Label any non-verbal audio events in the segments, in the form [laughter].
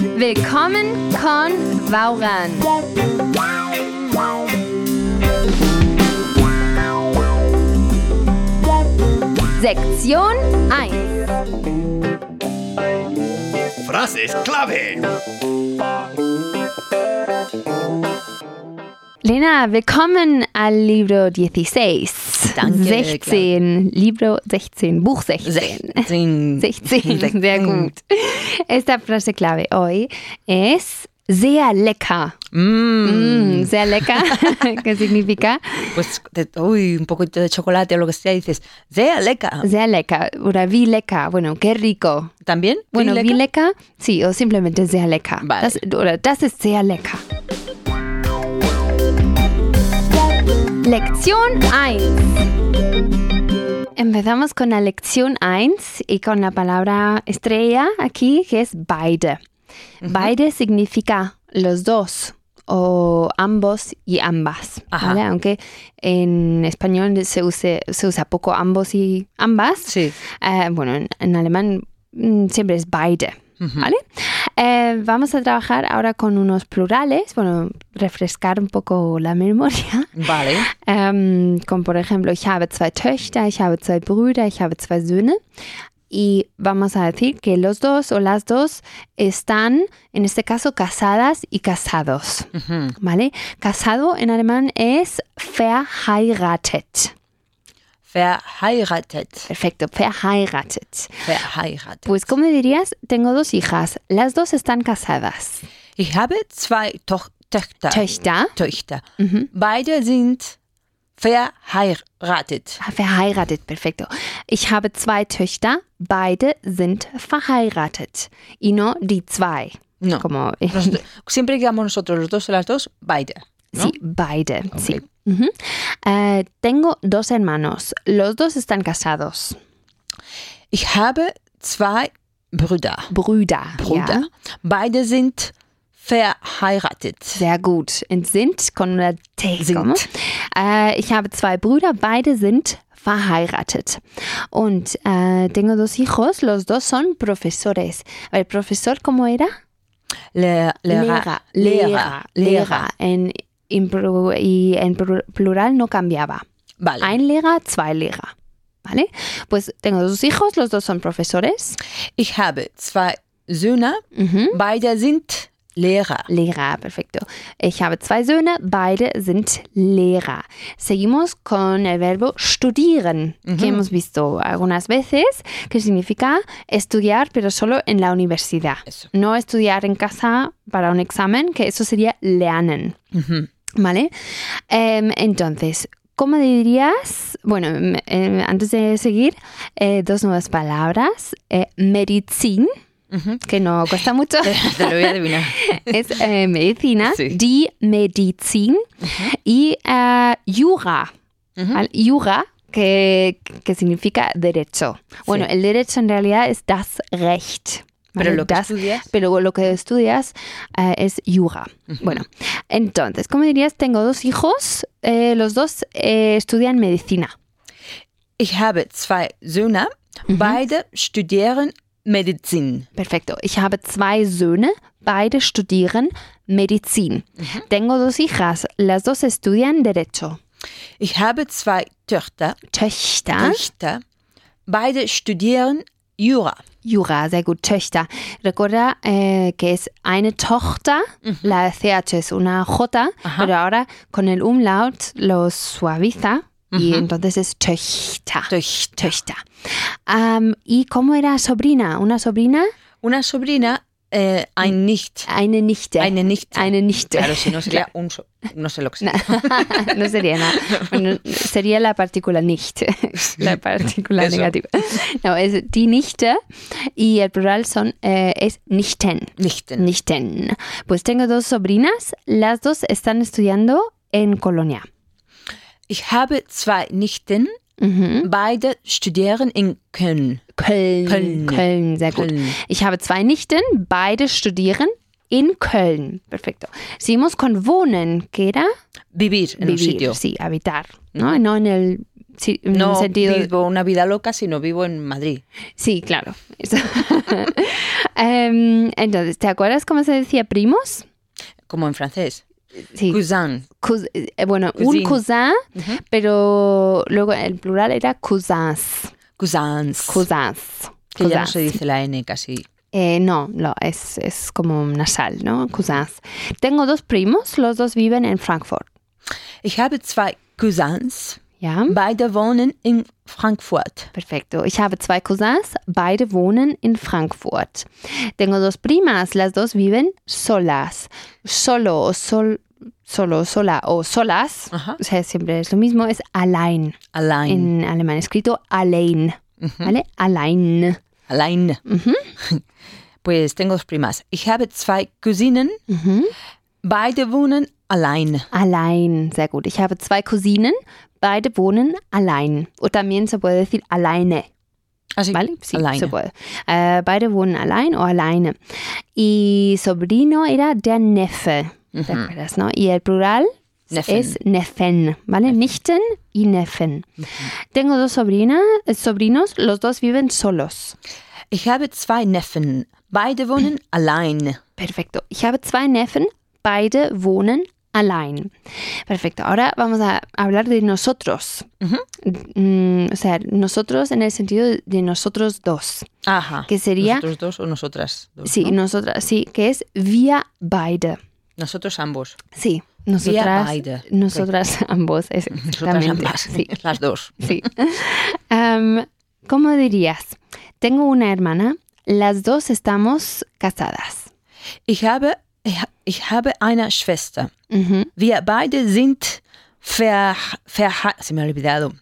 Willkommen con Vauran. Sektion 1. Frases clave. Lena, willkommen al Libro 16. Danke, 16. Libro 16. Buch 16. 16. [laughs] 16. Sehr gut. Esta frase clave hoy es sehr lecker. Mm, sehr lecker, [laughs] que significa Pues, te- uy, un poquito de chocolate o lo que sea, dices, sea leca. sehr lecker oder wie lecker. Bueno, qué rico. ¿También? Bueno, ¿Leca? wie lecker, sí, o simplemente sehr lecker. Vale. Das, oder das ist sehr lecker. Lección 1. Empezamos con la lección 1 y con la palabra estrella aquí, que es beide. Beide significa los dos o ambos y ambas. Ajá. ¿vale? Aunque en español se, use- se usa poco ambos y ambas. Sí. Eh, bueno, en, en alemán mm, siempre es beide. ¿Vale? Eh, vamos a trabajar ahora con unos plurales, bueno, refrescar un poco la memoria, [laughs] Vale. Em, con por ejemplo, ich habe zwei Töchter, ich habe zwei Brüder, ich habe zwei Söhne. Y vamos a decir que los dos o las dos están, en este caso, casadas y casados. Ujú. ¿Vale? Casado en alemán es verheiratet. Verheiratet. Perfecto, verheiratet. Verheiratet. Eh. Pues, ¿cómo dirías? Tengo dos hijas. Las dos están casadas. Ich habe zwei Toch Töchter. Töchter. Mhm. Töchter. Beide sind verheiratet. Ah, Verheiratet, perfecto. Ich habe zwei Töchter. Beide sind verheiratet. Y no die zwei. No. [laughs] Como, Nos- siempre digamos nosotros, los dos o las dos, beide. ¿no? Sí, beide. Sí. Ujú. Eh, tengo dos hermanos. Los dos están casados. Ich habe zwei Brüder. Brüder. Brüder. Ja. Beide sind verheiratet. Sehr gut. Und sind con una T. Sind. ¿cómo? Äh, ich habe zwei Brüder, beide sind verheiratet. Und äh, tengo dos hijos, los dos son profesores. El profesor, ¿cómo era? Le- Lehrer. Lehrer. Lehrer. Lehrer. En, en plu- y en plu- plural no cambiaba. Vale. Ein Lehrer, zwei Lehrer. ¿Vale? Pues tengo dos hijos, los dos son profesores. Ich habe zwei Söhne. Mhm. Beide sind Lehrer. Lehrer, perfecto. Ich habe zwei Söhne, beide sind Lehrer. Seguimos con el verbo studieren, que hemos visto algunas veces, que significa estudiar, pero solo en la universidad. Eso. No estudiar en casa para un examen, que eso sería lernen. Mhm. ¿Vale? Em, entonces, ¿cómo dirías? Bueno, em, em, antes de seguir, eh, dos nuevas palabras. Eh, medicin, Mhm. que no cuesta mucho. Te lo voy a [laughs] adivinar. es eh, medicina, [laughs] Sí. die Medizin y eh, jura, Ujú. ¿vale? jura que, que significa derecho. Bueno, el derecho en realidad es das Recht. Pero ¿vale? lo que das, estudias. pero lo que estudias eh, es jura. Bueno, entonces, ¿cómo dirías? Tengo dos hijos, eh, los dos eh, estudian medicina. Ich habe zwei Söhne. Beide studieren Medizin. Perfecto. Ich habe zwei Söhne, beide studieren Medizin. Tengo dos hijas, las dos estudian derecho. Ich habe zwei Töchter. Ah. Töchter. Töchter. Beide studieren Jura. Jura, sehr gut, Töchter. Recuerda eh, que es eine Tochter, la CH es una J, pero ahora con el umlaut lo suaviza y entonces es Töchter. Töchter. Töchter. Am, ¿Y cómo era sobrina? Una sobrina, Una sobrina, eh, ein Nicht. eine Nichte. Eine Nichte. Eine Nichte. Äh. Claro, si no sería un... so- No sé lo que sería. [laughs] no sería nada. Bueno, sería la partícula nicht. la partícula Eso. negativa. No, es die Nichte y el plural son, eh, es Nichten. Nichten. Nichten. Pues tengo dos sobrinas, las dos están estudiando en Colonia. Ich habe zwei Nichten. Beide studieren in Köln. Köln. Köln. sehr gut. Köln. Ich habe zwei Nichten, beide studieren in Köln. Perfecto. Seguimos con wohnen, que era Vivir en un vivir, sitio. sí, habitar, ¿no? No en el si- en No un sentido. vivo una vida loca, sino vivo en Madrid. Sí, claro. Eso. [laughs] Em, entonces, ¿te acuerdas cómo se decía primos? Como en francés. Sí. Cousin. cous- eh, bueno, un Cousin. cousin, Ujú. pero luego el plural era cousins. Cousins. Cousins. que ya no cousins. se dice la N casi. Eh, no, no, es, es como nasal, ¿no? Cousins. Tengo dos primos, los dos viven en Frankfurt. Ich habe zwei Cousins. ¿Ya? Beide wohnen in Frankfurt. Perfecto. Ich habe zwei Cousins, beide wohnen in Frankfurt. Tengo dos primas, las dos viven solas. Solo o sol, solo, sola o solas. Ajá. O sea, siempre es lo mismo, es allein Allein. en alemán, escrito allein. ¿Vale? Allein. Allein. Ujú. Mhm. [laughs] Pues tengo dos primas. Ich habe zwei Cousinen. Ujú. Beide wohnen allein. Allein, sehr gut. Ich habe zwei Cousinen, beide wohnen allein. O también se puede decir alleine. Así. ¿Vale? Sí, Alleine. se puede. Äh, beide wohnen allein o alleine. Y sobrino era der Neffe. ¿Te acuerdas, no? Y el plural Neffen. es Neffen, ¿vale? Nichten y Neffen. Tengo dos sobrina, eh, sobrinos, los dos viven solos. Ich habe zwei Neffen. Beide wohnen allein. Perfecto. Ich habe zwei Neffen, beide wohnen allein. Perfecto. Ahora vamos a hablar de nosotros. Ujú. Mm, o sea, nosotros en el sentido de- de nosotros dos, Ajá. que sería Nosotros dos o nosotras dos. Sí, ¿no? nosotras, sí, que es via beide. Nosotros ambos. Sí, nosotras. beide. Nosotras ambos, es- Nosotras exactamente. ambas. [laughs] Sí, Las dos. sí. [laughs] Am, ¿Cómo dirías? Tengo una hermana, las dos estamos casadas. Ich habe, ich, ich habe eine Schwester. Ujú. Wir beide sind ver, verhe se me ha olvidado.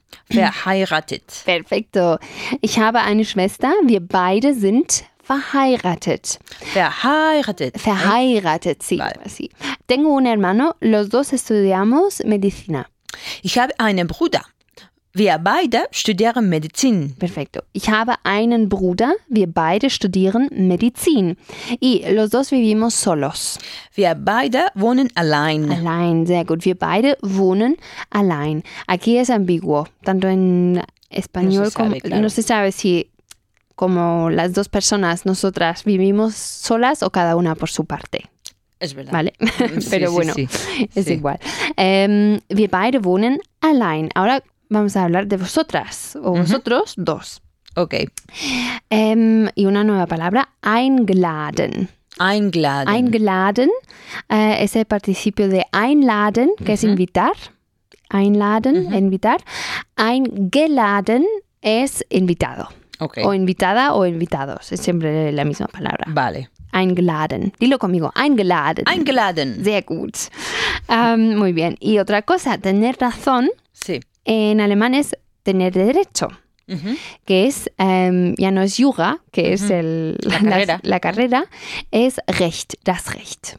verheiratet. Perfecto. Ich habe eine Schwester, wir beide sind verheiratet. Verheiratet. Verheiratet, sí, Vale. sí. Tengo un hermano, los dos estudiamos medicina. Ich habe einen Bruder. Wir beide studieren Medizin. Perfecto. Ich habe einen Bruder. Wir beide studieren Medizin. Y los dos vivimos solos. Wir beide wohnen allein. Allein, sehr gut. Wir beide wohnen allein. Aquí es ambiguo, tanto en español No se sabe, como claro. no se sabe si como las dos personas nosotras vivimos solas o cada una por su parte, Es verdad. ¿vale? [laughs] Sí, Pero sí, bueno, sí. es Sí. igual. Em, wir beide wohnen allein. Ahora vamos a hablar de vosotras o vosotros dos. Okay. Ähm, y una nueva palabra, eingeladen. Eingeladen. Eingeladen äh, es el participio de einladen, que es invitar. Einladen, invitar. Eingeladen es invitado. okay. O invitada o invitados. Es siempre la misma palabra. Vale. Eingeladen. Dilo conmigo. Eingeladen. Eingeladen. Sehr gut. Ähm, muy bien. Y otra cosa, tener razón Sí. en alemán es tener derecho. Ujú. que es, em, ya no es Jura, que es el, [laughs] La carrera. la carrera, es Recht, das Recht.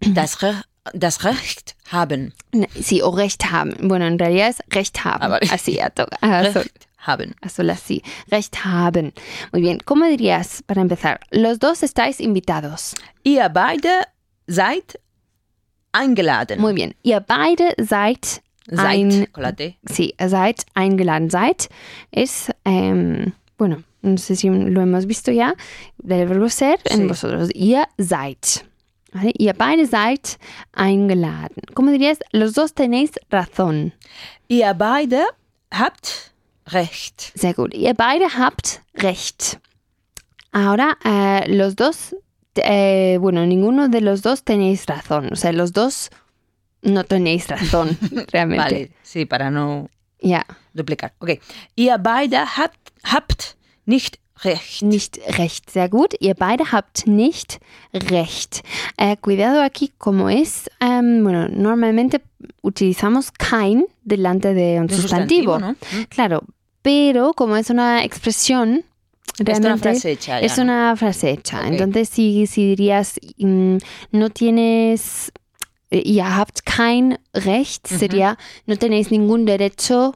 Mhm. Das, Re das Recht haben. Ne, Sí, o Recht haben. Bueno, en realidad es Recht haben. Ah, vale. Así, a to- a sol- Recht haben. a solas, sí. Recht haben. Muy bien, ¿cómo dirías para empezar? Los dos estáis invitados. Ihr beide seid eingeladen. Muy bien, ihr beide seid, ein- seid. Con la T. sí, seid eingeladen. Seid es, em, bueno, no sé si lo hemos visto ya, del verbo ser Sí. en vosotros. Ihr seid. ¿vale? Ihr beide seid eingeladen. ¿Cómo dirías? Los dos tenéis razón. Ihr beide habt Recht. Sehr gut. Ihr beide habt recht. Ahora, eh, los dos, eh, bueno, ninguno de los dos tenéis razón. O sea, los dos no tenéis [laughs] razón, realmente. Vale. Sí, para no Ya, duplicar. Okay. Ihr beide habt, habt nicht Recht. nicht recht. Sehr gut. Ihr beide habt nicht recht. Eh, cuidado aquí, como es, em, bueno, normalmente utilizamos kein delante de un De sustantivo. ¿no? Claro, pero como es una expresión, Es realmente... una frase hecha. ya, Es ¿no? una frase hecha. Ok. Entonces, si, si dirías, mm, no tienes, eh, ihr habt kein Recht, Ujú. sería, no tenéis ningún derecho,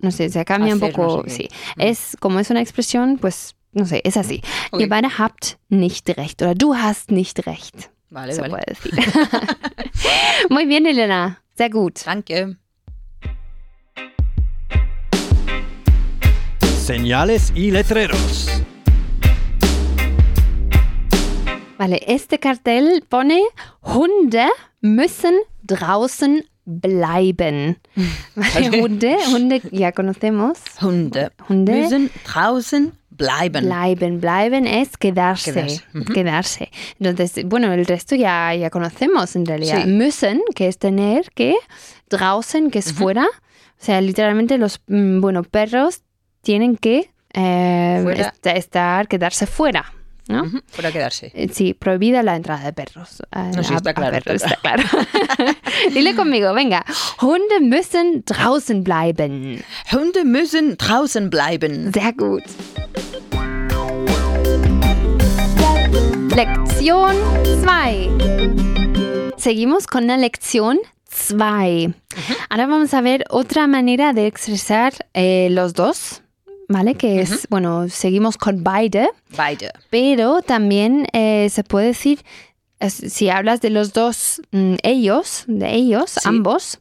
no sé, se cambia un Hacer no poco. sé sí. qué. Es, como es una expresión, pues, no sé, es así. Ok. Ihr beide habt nicht Recht oder du hast nicht Recht. Vale, se vale. puede decir. [laughs] Muy bien, Elena. Sehr gut. Danke. Señales y letreros. Vale, este Kartell pone, Hunde müssen draußen [laughs] bleiben. Vale, Hunde, Hunde ya conocemos. Hunde. Hunde. Müssen draußen bleiben. Bleiben, bleiben es quedarse. Quedarse, Quedarse. Entonces, bueno, el resto ya, ya conocemos en realidad. Sí. Müssen, que es tener, que draußen, que es fuera. O sea, literalmente los, mm, bueno, perros tienen que eh, Fuera. est- estar, quedarse fuera, ¿no? Ujú, Para Mhm. quedarse. Eh, Sí, prohibida la entrada de perros. eh, No, sí, está claro, perros, está está claro. [laughs] Dile conmigo, venga. Hunde müssen draußen bleiben. Hunde müssen draußen bleiben. Sehr gut. Lección 2. Seguimos con la lección 2. Ahora vamos a ver otra manera de expresar eh, los dos, ¿vale? Que es, bueno, seguimos con beide, Beide. pero también eh, se puede decir, es- si hablas de los dos, mm, ellos, de ellos, Sí. ambos,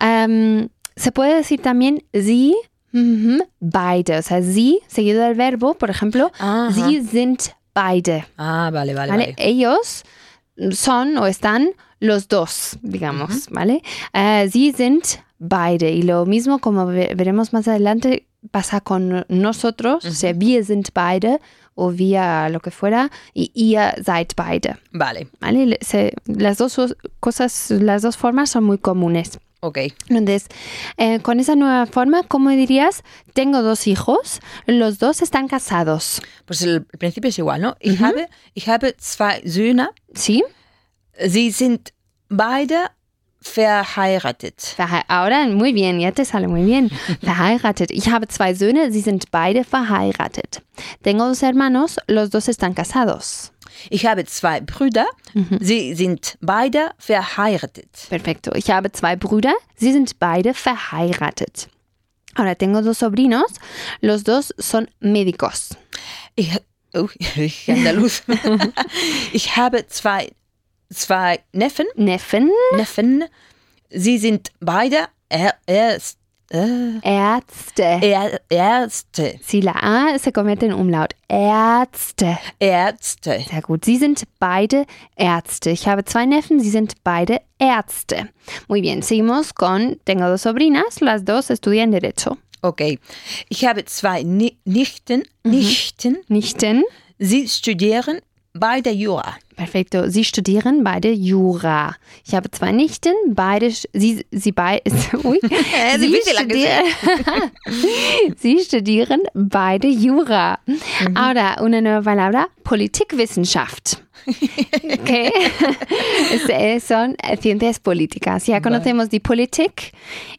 em, se puede decir también sie, mhm, beide. O sea, sie, seguido del verbo, por ejemplo, Ajá. sie sind beide. Ah, vale, vale, ¿vale? vale. Ellos son o están los dos, digamos, ¿vale? Eh, sie sind beide. Y lo mismo, como ve- veremos más adelante, pasa con nosotros, o sea, wir sind beide o wir lo que fuera y ihr seid beide, Vale, ¿vale? Le- se- las dos os- cosas, las dos formas son muy comunes. ok. Entonces, eh, con esa nueva forma, ¿cómo dirías? Tengo dos hijos, los dos están casados, Pues el principio es igual, ¿no? Ich, habe, ich habe zwei Söhne. ¿sí? Sie sind beide verheiratet. Verhe Ahora, muy bien, ya te sale muy bien. Verheiratet. Ich habe zwei Söhne, sie sind beide verheiratet. Tengo dos hermanos, los dos están casados. Ich habe zwei Brüder. Sie sind beide verheiratet. Perfecto. Ich habe zwei Brüder, sie sind beide verheiratet. Ahora tengo dos sobrinos, los dos son médicos. Ich, oh, [laughs] ich [laughs] Andaluz. ich habe zwei, zwei Neffen. Neffen, Neffen. Sie sind beide er, erst, äh, Ärzte. er, Ärzte. Si la A se convierte en umlaut. Ärzte. Ärzte. Sehr gut. Sie sind beide Ärzte. Ich habe zwei Neffen, sie sind beide Ärzte. Muy bien, seguimos con tengo dos sobrinas, las dos estudian Derecho. Okay. Ich habe zwei Ni Nichten. Mhm. Nichten. Nichten. Sie studieren beide Jura. Perfekto. Sie studieren beide Jura. Ich habe zwei Nichten, beide, sch- sie, sie, bei, [laughs] ui. [laughs] Sie wissen, lange [laughs] sie studieren beide Jura. Mhm. Ahora, una nueva palabra, [laughs] Politikwissenschaft. Okay. Es, eh, Son ciencias políticas. Ya conocemos die Politik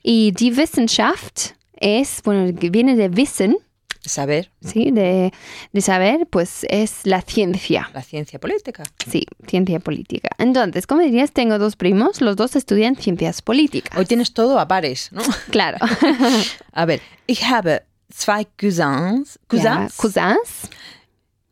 y die Wissenschaft es, bueno, viene de Wissen, Saber ¿sí? De, de saber, pues es la ciencia. la ciencia política. Sí, ciencia política. Entonces, como dirías, tengo dos primos, los dos estudian ciencias políticas. Hoy tienes todo a pares, ¿no? Claro. A ver, ich habe zwei Cousins. Ya, Cousins. cousins.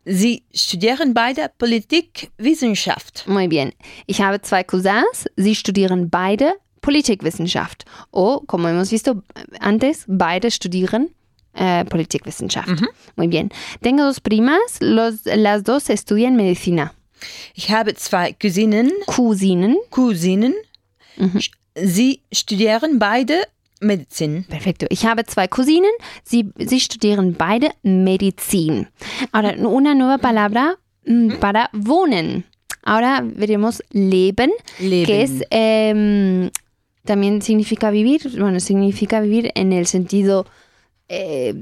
Sie studieren beide Politikwissenschaft. Muy bien. Ich habe zwei Cousins. Sie studieren beide Politikwissenschaft. O, como hemos visto antes, beide studieren eh, Politikwissenschaft. Muy bien. Tengo dos primas. Los, las dos estudian medicina. Ich habe zwei Cousinen. Cousinen. Cousinen. Mhm. Sie studieren beide Medizin. Perfecto. Ich habe zwei Cousinen. Sie, sie studieren beide Medizin. Ahora, una nueva palabra mm, Mhm. para wohnen. Ahora veremos leben, Leben. que es em, también significa vivir. Bueno, significa vivir en el sentido eh,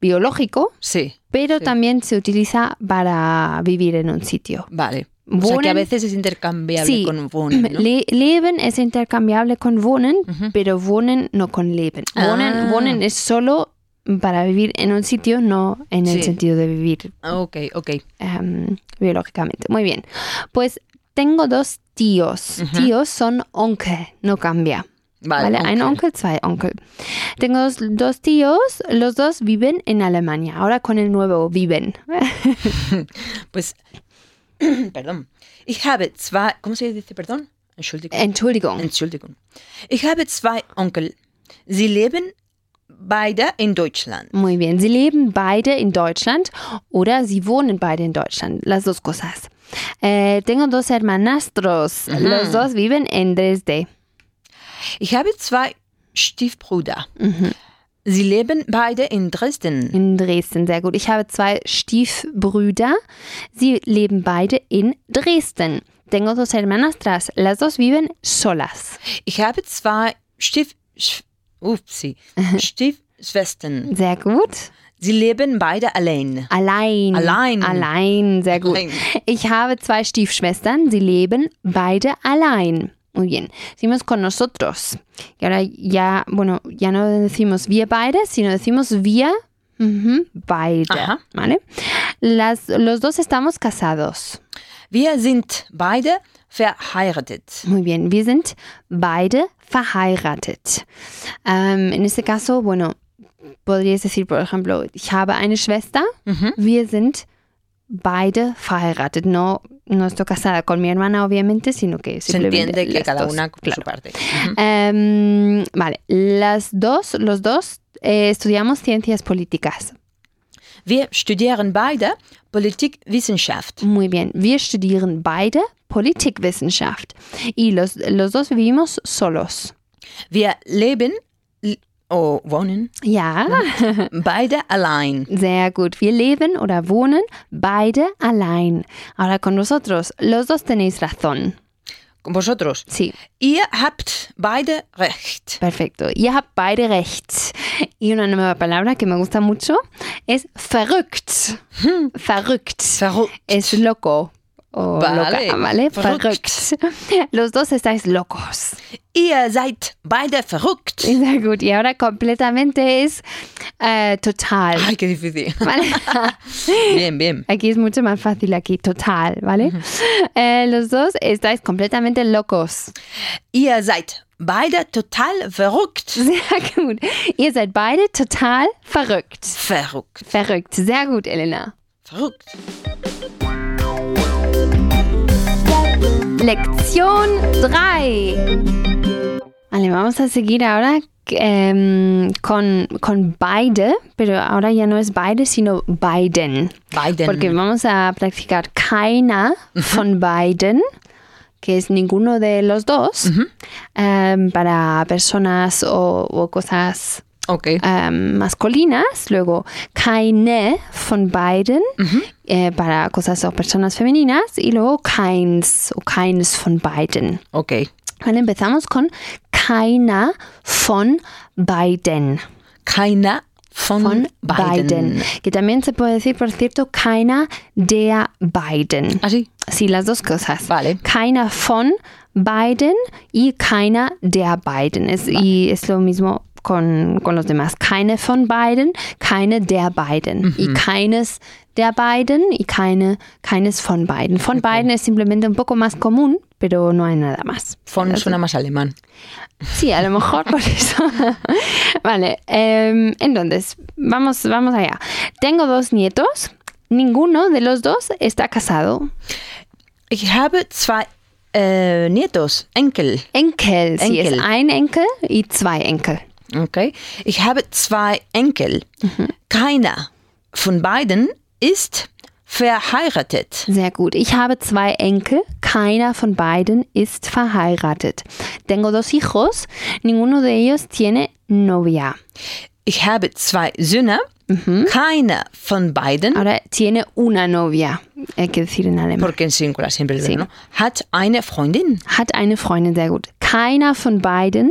biológico, Sí, pero Sí. también se utiliza para vivir en un sitio. vale. O sea que a Wohnen. veces es intercambiable Sí. con wohnen, [clears throat] ¿no? Le- leben es intercambiable con wohnen, pero wohnen no con leben. Wohnen, Ah. wohnen es solo para vivir en un sitio, no en el Sí. sentido de vivir Ok, ok. em, biológicamente. Muy bien. Pues tengo dos tíos. Tíos son onkel, no cambia. Vale, ¿vale? Ein Onkel. Onkel, zwei Onkel. Tengo dos, dos tíos, los dos viven en Alemania. Ahora con el nuevo viven. [laughs] Pues, [clears throat] perdón. Ich habe zwei, ¿cómo se dice, perdón? Eh. Entschuldigung. Entschuldigung. Entschuldigung. Ich habe zwei Onkel. Sie leben beide in Deutschland. Muy bien, sie leben beide en Deutschland oder sie wohnen beide en Deutschland, las dos cosas. Eh, tengo dos hermanastros, los dos viven en 3D. Ich habe zwei Stiefbrüder. Sie leben beide in Dresden. Mhm. In Dresden, sehr gut. Ich habe zwei Stiefbrüder. Sie leben beide in Dresden. Tengo dos hermanastras. Las dos viven solas. Ich habe zwei Stief... Sch- Upsi. Mhm. Stiefschwestern. Sehr gut. Sie leben beide allein. Allein. Allein. Allein, sehr gut. Allein. Ich habe zwei Stiefschwestern. Sie leben beide allein. Muy bien. Decimos con nosotros. Y ahora ya, bueno, ya no decimos wir beide, sino decimos wir ujú, beide. Ajá. ¿Vale? Las, los dos estamos casados. Wir sind beide verheiratet. Muy bien, wir sind beide verheiratet. Ähm, en este caso, bueno, podrías decir, por ejemplo, ich habe eine Schwester, wir sind beide verheiratet. No, no estoy casada con mi hermana, obviamente, sino que Se entiende que las cada dos, una por claro. su parte. Em, vale, las dos, los dos eh, estudiamos ciencias políticas. Wir studieren beide Politikwissenschaft. Muy bien, wir studieren beide Politikwissenschaft. Y los, los dos vivimos solos. Wir leben, l- oh, [laughs] wohnen, Ja. beide allein. Sehr gut. Wir leben oder wohnen beide allein. Ahora con nosotros. Los dos tenéis razón. Vosotros, Sí, ihr habt beide recht. perfecto. Ihr habt beide recht. Y una nueva palabra que me gusta mucho es verrückt. Verrückt. Verrückt. Es loco. O Vale. loca, ¿vale? Verrückt. Verrückt. Los dos estáis locos. Ihr seid beide [laughs] verrückt. Sehr gut. Y ahora completamente es eh, total. Ay, qué difícil. ¿vale? Bien, bien. Aquí es mucho más fácil aquí, total, ¿vale? Eh, los dos estáis completamente locos. [laughs] Ihr seid beide total verrückt. Sehr gut. Ihr seid beide total verrückt. Verrückt. Verrückt. Sehr gut, Elena. Verrückt. Lección 3. Vale, vamos a seguir ahora em, con, con beide, pero ahora ya no es beide, sino beiden. Beiden. Porque vamos a practicar keiner von beiden, que es ninguno de los dos, em, para personas o, o cosas okay. em, masculinas. Luego, keine von beiden eh, para cosas o personas femeninas. Y luego, keins o keines von beiden. Okay. Vale, empezamos con keiner von beiden. Keiner von, Von beiden. beiden. Que también se puede decir, por cierto, keiner der beiden. Ah, sí. Sí, las dos cosas. Vale. Keiner von beiden y keiner der beiden. Es, Y es lo mismo con, con los demás. Keine von beiden, keine der beiden. Y keines der beiden y keine, keines von beiden. Von beiden es simplemente un poco más común, pero no hay nada más. Von suena más alemán. Sí, a lo mejor por eso. [laughs] vale, em, entonces, vamos, vamos allá. Tengo dos nietos. Ninguno de los dos está casado. Ich habe zwei äh, Nietos, Enkel. Enkel. Sie Enkel. ist ein Enkel y zwei Enkel. Okay. Ich habe zwei Enkel. Mhm. Keiner von beiden ist verheiratet. Sehr gut. Ich habe zwei Enkel. Keiner von beiden ist verheiratet. Tengo dos hijos. Ninguno de ellos tiene novia. Ich habe zwei Söhne. Mhm. Keiner von beiden, Ahora tiene una novia. Hay que decir en alemán. porque en singular siempre lo veo, ¿no? hat eine Freundin. Hat eine Freundin. Sehr gut. Keiner von beiden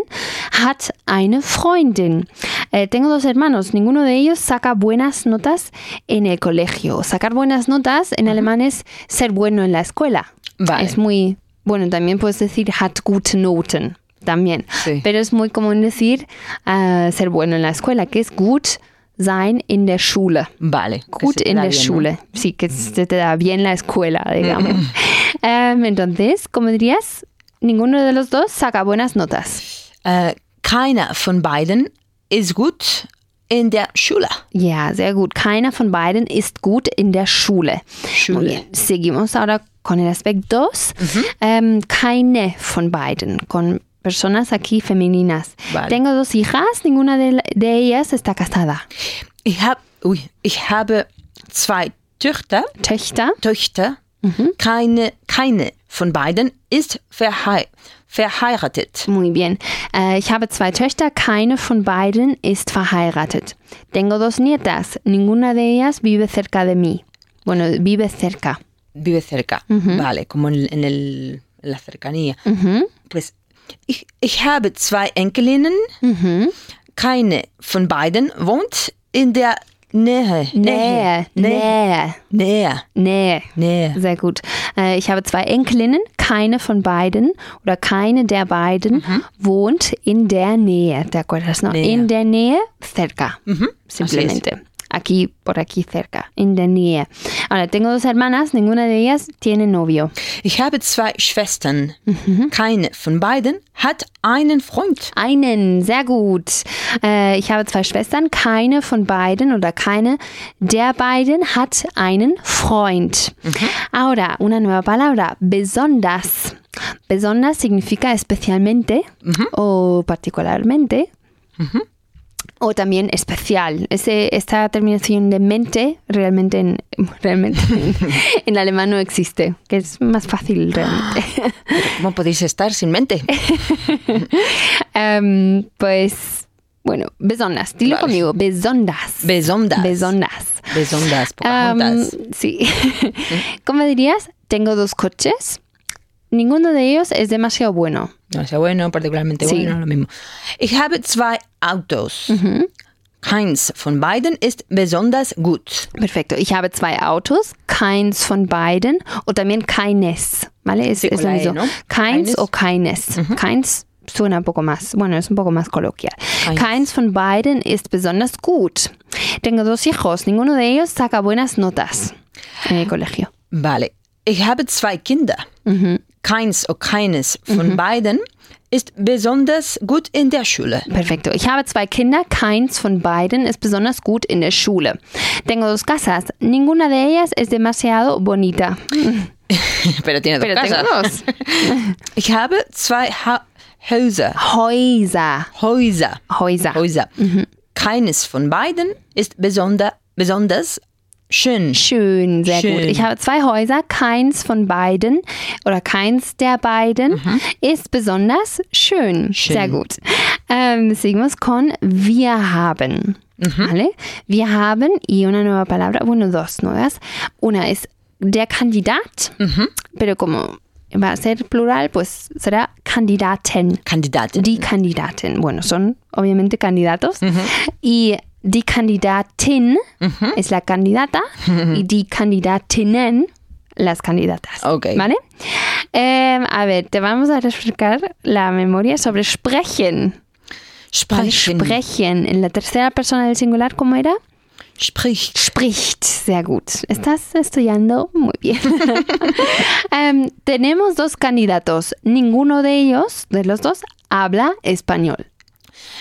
hat eine Freundin. Eh, tengo dos hermanos. Ninguno de ellos saca buenas notas en el colegio. Sacar buenas notas en alemán es ser bueno en la escuela. Vale. Es muy bueno, también puedes decir hat gute Noten, también. Sí. Pero es muy común decir eh, ser bueno en la escuela, que es gut sein in der Schule. Vale. que Gut se te en la da bien, ¿no? Mm. Schule. Sí, que se te da bien la escuela, [laughs] digamos. Em, entonces, como dirías, ninguno de los dos saca buenas notas. Äh, keiner von beiden ist gut in der Schule. Ja, sehr gut. Keiner von beiden ist gut in der Schule. Muy bien. Seguimos ahora con el aspecto 2. Em, keine von Ähm, beiden, con personas aquí femeninas. Vale. Tengo dos hijas, ninguna de, la- de ellas está casada. Ich, hab, ui, ich habe zwei Töchter. Töchter, Töchter. Mhm. Keine, keine von beiden ist verhei verheiratet. muy bien. Äh, ich habe zwei Töchter, keine von beiden ist verheiratet. Tengo dos nietas, ninguna de ellas vive cerca de mí. Bueno, vive cerca. Vive cerca. Mhm. Vale, como en, en el, en la cercanía. Pues ich, ich habe zwei Enkelinnen. Mhm. Keine von beiden wohnt in der Nähe. Nähe, Nähe. Nähe, Nähe. Nähe. Nähe. Sehr gut. Äh, Ich habe zwei Enkelinnen, keine von beiden oder keine der beiden wohnt in der Nähe. ¿Te acuerdas? No? Nähe. In der Nähe, cerca. Simplemente. Aquí, por aquí, cerca. In der Nähe. Ahora, tengo dos hermanas, ninguna de ellas tiene novio. Ich habe zwei Schwestern. Mhm. Keine von beiden hat einen Freund. Einen, sehr gut. Äh, Ich habe zwei Schwestern, keine von beiden oder keine der beiden hat einen Freund. Ahora, una nueva palabra, besonders. Besonders significa especialmente o particularmente. O también especial. Ese, esta terminación de mente realmente, en, realmente en, en alemán no existe, que es más fácil realmente. ¿Cómo podéis estar sin [laughs] mente? Em, pues, bueno, besonders. Dilo Vale. conmigo, besonders. Besonders. Besonders. Besonders. Em, Pocahontas. [laughs] sí. ¿Cómo dirías? Tengo dos coches. Ninguno de ellos es demasiado bueno. No sea bueno, particularmente Sí. bueno, lo mismo. Ich habe zwei Autos. Keins von beiden ist besonders gut. Perfecto. Ich habe zwei Autos. Keins von beiden. O también keines. ¿Vale? Es, es lo con la E, mismo. ¿no? Keins Keines. o keines. Keins suena un poco más. Bueno, es un poco más coloquial. Keins. Keins. von beiden ist besonders gut. Tengo dos hijos. Ninguno de ellos saca buenas notas en el colegio. Vale. Ich habe zwei Kinder. Keins oder keines von beiden ist besonders gut in der Schule. Perfecto. Ich habe zwei Kinder. Keins von beiden ist besonders gut in der Schule. Tengo dos casas. Ninguna de ellas es demasiado bonita. [laughs] Pero tiene dos Pero tengo casas. dos. Ich habe zwei ha Häuser. Häuser. Häuser. Häuser. Häuser. Keines von beiden ist besonder, besonders schön. Schön, sehr Schön. gut. Ich habe zwei Häuser. Keins von beiden oder keins der beiden ist besonders schön. Sehr gut. Ähm, seguimos con wir haben. ¿Vale? Wir haben y una nueva palabra. Bueno, dos nuevas. Una es der Kandidat, pero como va a ser plural, pues será Kandidaten. Kandidatin. Die Kandidatin. Bueno, son obviamente candidatos. Y die Kandidatin es la candidata. Y die Kandidatinnen, las candidatas. Ok. ¿Vale? Em, a ver, te vamos a refrescar la memoria sobre sprechen. Vale, Sprechen. Sprechen. En la tercera persona del singular, ¿cómo era? Sprich. Spricht. Sehr gut. Estás estudiando muy [laughs] bien. Em, tenemos dos candidatos. Ninguno de ellos, de los dos, habla español.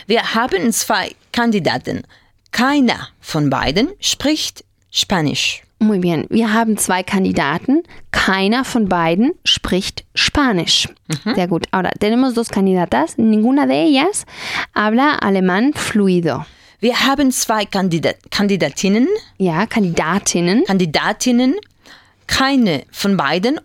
Wir haben zwei Kandidaten. Keiner von beiden spricht Spanisch. Muy bien, wir haben zwei Kandidaten. Keiner von beiden spricht Spanisch. Mhm. Sehr gut. Ahora, tenemos dos candidatas. Ninguna de ellas habla alemán fluido. Wir haben zwei Kandida Kandidatinnen, Ja, Kandidatinnen. Kandidatinnen. Keine von beiden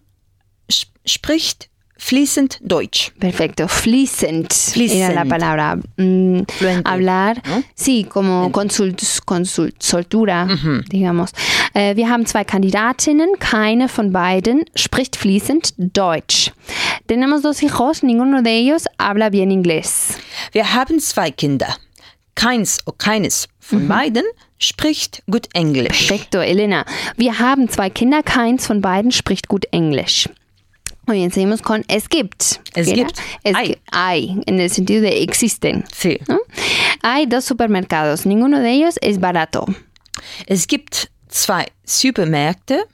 sp spricht fließend Deutsch. Perfecto. Fließend, Fließend. era la palabra. Mm, Fluente, hablar, sí, como con, sul- con sul- soltura, digamos. Äh, wir haben zwei Kandidatinnen, keine von beiden spricht fließend Deutsch. Tenemos dos hijos, ninguno de ellos habla bien inglés. Wir haben zwei Kinder. Keins oder keines von beiden spricht gut Englisch. Perfecto, Elena. Wir haben zwei Kinder, keins von beiden spricht gut Englisch. Und jetzt sehen wir uns con es gibt. Es Elena. gibt. Es Hay. gibt. Hay, en el sentido de existen. Sí. ¿no? Hay dos supermercados. Ninguno de ellos es barato. Es gibt zwei Supermärkte.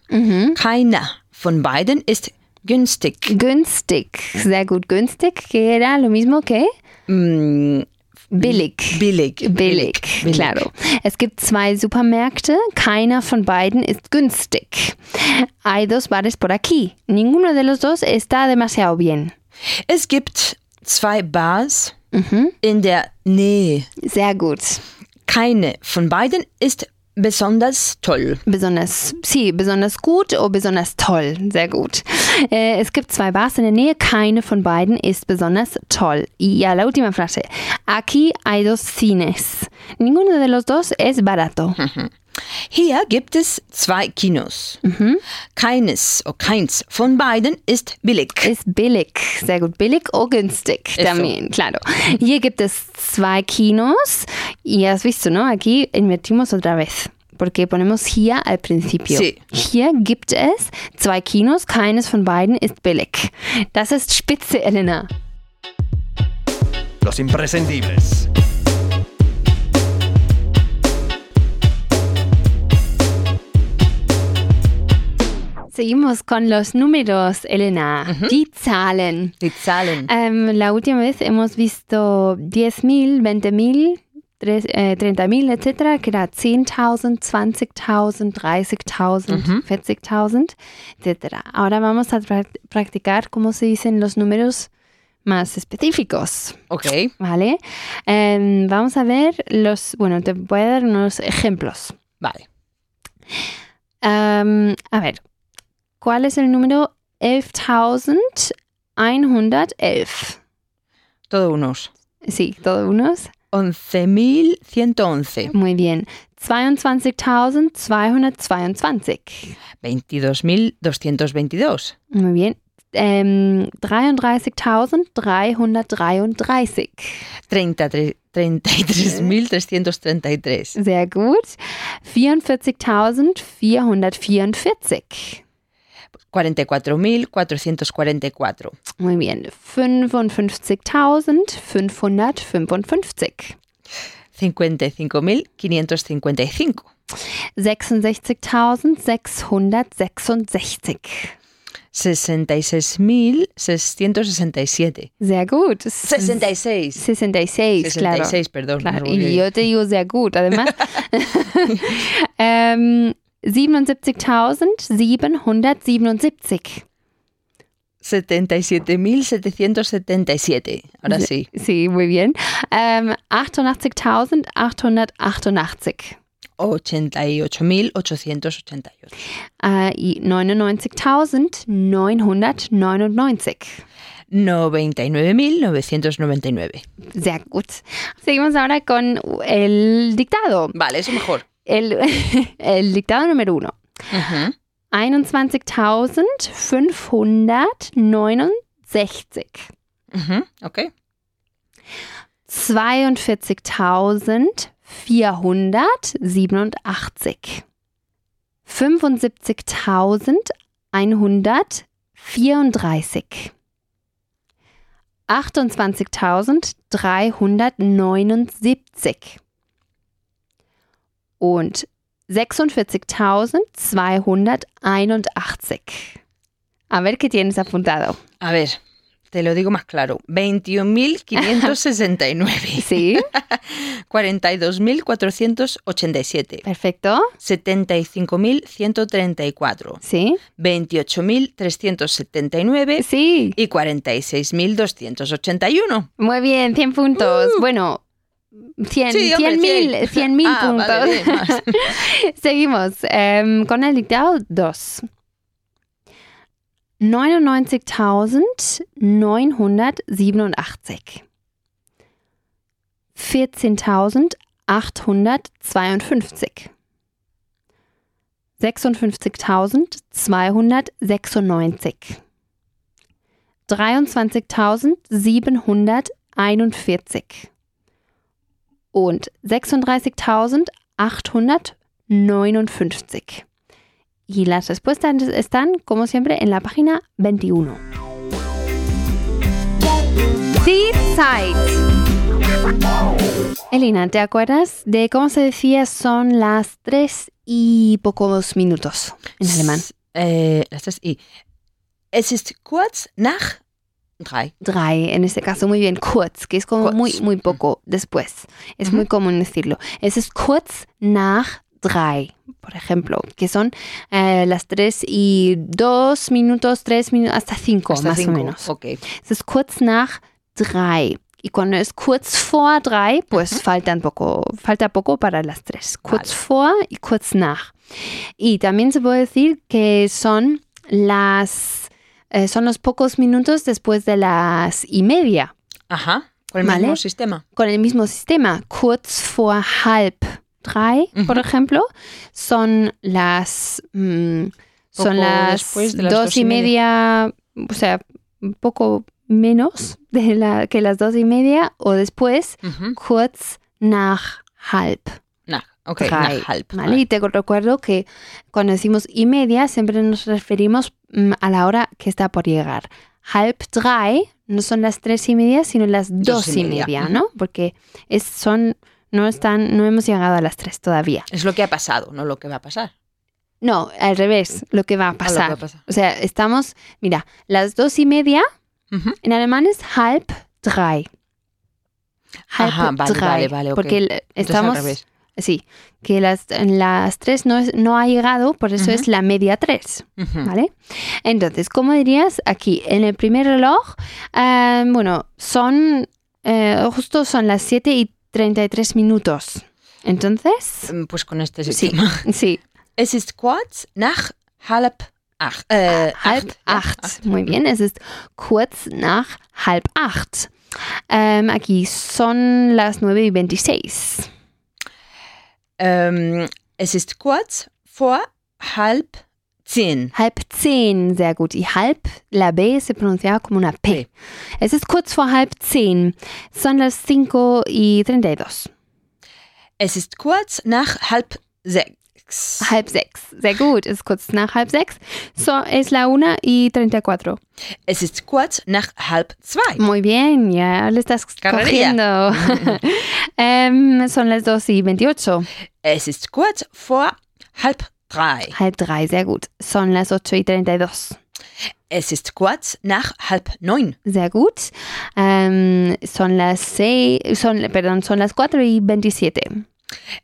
Keiner von beiden ist günstig. Günstig. Sehr gut. Günstig, que era lo mismo que Mm, billig. billig. Billig, claro. Es gibt zwei Supermärkte, keiner von beiden ist günstig. Hay dos bares por aquí. Ninguno de los dos está demasiado bien. Es gibt zwei Bars in der Nähe. Sehr gut. Keine von beiden ist besonders toll. Besonders, sí, besonders gut oder besonders toll. Sehr gut. Eh, es gibt zwei Bars in der Nähe. Keine von beiden ist besonders toll. Y a la última frase. Aquí hay dos cines. Ninguno de los dos es barato. Hier gibt es zwei Kinos. Keines, oh, keins von beiden ist billig. Ist billig. Sehr gut. Billig o günstig. so. También, claro. Hier gibt es zwei Kinos. Y has visto, ¿no? Aquí invertimos otra vez. Porque ponemos hier al principio. Sí. Hier gibt es zwei Kinos. Keines von beiden ist billig. Das ist spitze, Elena. Los imprescindibles. Seguimos con los números, Elena. Mhm. Die Zahlen. Die Zahlen. Em, la última vez hemos visto 10.000, 20.000, tres- eh, 30.000, etcétera, que era 10.000, 20.000, 30.000, 40.000, etcétera. Ahora vamos a pra- practicar cómo se dicen los números más específicos, Okay. ¿vale? Em, vamos a ver los, bueno, te voy a dar unos ejemplos. Vale. Em, a ver, ¿cuál es el número 11.111? Todo unos. Sí, todos unos. 11.111. Muy bien. 22.222. 22.222. Muy bien. Ähm, 33.333. 33 33.333. Sehr gut. 44.444. 44.444. Muy bien. 55.555. 55.555. 66.666. 66.667. Sehr gut. 66. 66, claro. 66, perdón. Claro, me y olvidé. yo te digo sehr gut, además. ähm, 77.777. 77.777. Ahora sí. Sí, muy bien. Ähm, 88.888. 88.888. Äh, y 99.999. 99.999. Sehr gut. Seguimos ahora con el dictado. Vale, eso mejor. El, [laughs] el dictado número uno. Ujú. 21.569. Ujú, Ok. 42.487. 75.134. 28.379. Und 46.281. A ver qué tienes apuntado. A ver, te lo digo más claro. [laughs] 21.569. Sí, 42.487. perfecto. 75.134. Sí, 28.379. sí. Y 46.281. Muy bien, 100 puntos. Bueno, 100 Uh. Sí, hombre, 100 mil 100 mil 100. Ah, puntos. vale, bien, más. [laughs] Seguimos em, con el dictado 2. 99.987. 14.852. 56.296. 23.741 und 36.859. Y las respuestas están, como siempre, en la página 21. Die Zeit. Elena, ¿te acuerdas de cómo se decía son las tres y pocos minutos en alemán? Äh, das ist I. Es ist kurz nach drei. Drei, en este caso muy bien, kurz, que es como Kurz. muy, muy poco después. Es Mm. Ujú. muy común decirlo. Es es kurz nach drei, por ejemplo, que son eh, las tres y dos minutos, tres minutos, hasta cinco Hasta más cinco. o menos. Ok. Es es kurz nach drei. Y cuando es kurz vor drei, pues falta un poco, falta poco para las tres. Kurz vor y kurz nach. Y también se puede decir que son las eh, son los pocos minutos después de las y media. Ajá. Con el Vale. mismo sistema. Con el mismo sistema, kurz vor halb drei, por ejemplo, son las mm, Poco son las, después de las dos, dos y y media, o sea, un poco menos de la, que las dos y media o después Ujú. kurz nach halb. Nach. Ok, drei, nach halb. ¿vale? Y te recuerdo que cuando decimos y media siempre nos referimos mm, a la hora que está por llegar. Halb drei no son las tres y media, sino las dos, y media, ¿no? Porque es, son, no están, no hemos llegado a las tres todavía. Es lo que ha pasado, no lo que va a pasar. No, al revés, lo que va a Ah, lo que va pasar. a pasar. O sea, estamos, mira, las dos y media Ujú. en alemán es halb drei. Halb Ajá, vale, drei, vale, vale, ok. Porque el- Entonces, al estamos revés. Sí, que las, en las tres no, es- no ha llegado, por eso es la media tres, Ujú. ¿vale? Entonces, ¿cómo dirías aquí? En el primer reloj, eh, bueno, son, eh, justo son las 7 y 33 minutos. [laughs] Entonces, Mm, Pues con este sí, sistema. sí, Es ist kurz nach halb acht. Äh, Ah, halb ja, acht. Muy bien, es ist kurz nach halb acht. Ähm, aquí son las 9 y 26. Ähm, es ist kurz vor halb zehn. Halb zehn, sehr gut. Y halb, la B se pronunciaba como una P. Sí. Es ist kurz vor halb zehn. Son las 5 y 32. Es ist kurz nach halb sechs. Halb sechs. Sehr gut. Es ist kurz nach halb sechs. So, es la 1 y 34. Es ist kurz nach halb zwei. Muy bien, ya le estás Carrerilla. cogiendo. Em, son las 2 y 28. Es ist kurz vor halb drei. Halb drei, sehr gut. Son las 8 y 32. Es ist kurz nach halb neun. Sehr gut. Em, son las 6, son, perdón, son las 4 y 27.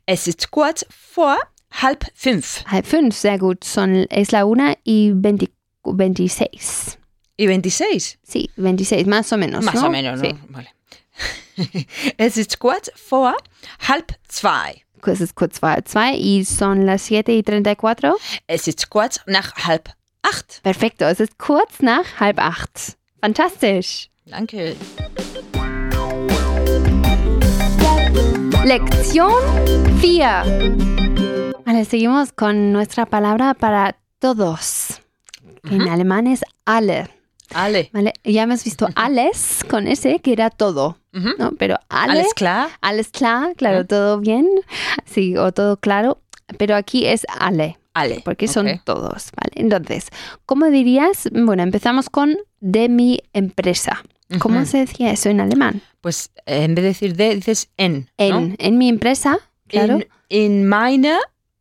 Es ist kurz vor halb fünf. Halb fünf, sehr gut. Son, es la 1 y 20 26. Y 26. Sí, 26, más o menos. Más ¿no? o menos, Sí. ¿no? Vale. [laughs] es ist kurz vor halb zwei. Pues Es ist kurz vor halb zwei y son las 7 y 34. Es ist kurz nach halb acht. Perfecto, es ist kurz nach halb acht. Fantastisch. Danke. Lección 4. Vale, seguimos con nuestra palabra para todos. que En alemán es alle. Alle. Vale, ya hemos [laughs] visto alles con ese que era todo. Ujú. ¿no? Pero alle, Mhm. Alles klar? alles klar, claro, Ujú. todo bien. Sí, o todo claro. Pero aquí es alle. Alle. porque son Okay. todos, ¿vale? Entonces, ¿cómo dirías? Bueno, empezamos con de mi empresa. ¿Cómo Ujú. se decía eso en alemán? Pues eh, en vez de decir de, dices en. ¿no? En, en mi empresa, claro. In, in meiner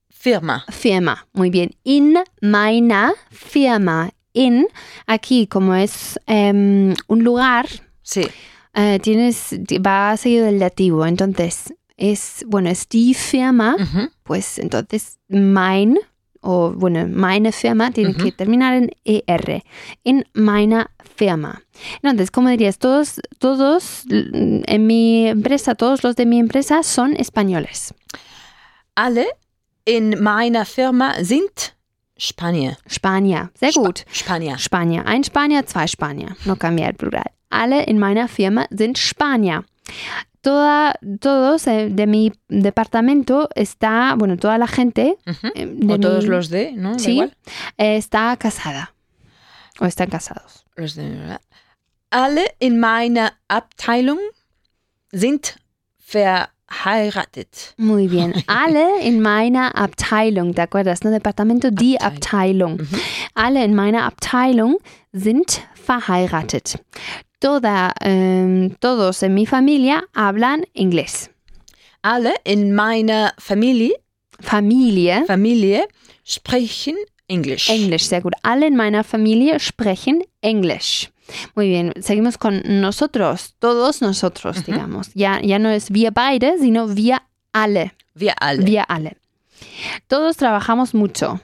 Firma. Firma, muy bien. In meiner Firma. In, aquí como es em, un lugar, Sí. eh, tienes, va seguido del dativo, entonces es, bueno, es die Firma, Ujú. pues entonces mein o bueno, meine Firma tiene Ujú. que terminar en ER, en meiner Firma. Entonces, como dirías, todos, todos l- en mi empresa, todos los de mi empresa son españoles. Alle in meiner Firma sind Spanier. España, sehr Spa- gut. Spanier. Spanier, ein Spanier, zwei Spanier. No cambia el plural. Alle in meiner Firma sind Spanier. Toda, todos eh, de mi departamento está, bueno, toda la gente Ujú. eh, de O todos mi- los de, ¿no? Da Sí, igual. eh, está casada. O están casados. Los de, ¿verdad? Alle in meiner Abteilung sind verheiratet. Muy [laughs] bien. Alle in meiner Abteilung, ¿te acuerdas? No, departamento, die Abteilung. Alle in meiner Abteilung sind verheiratet. Toda, em, todos en mi familia hablan inglés. Alle in meiner Familie, Familie, Familie sprechen Englisch. Englisch, sehr gut. Alle in meiner Familie sprechen Englisch. Muy bien, seguimos con nosotros, todos nosotros, digamos. Ya, ya no es wir beide, sino wir alle. Wir alle. Wir alle. Todos trabajamos mucho.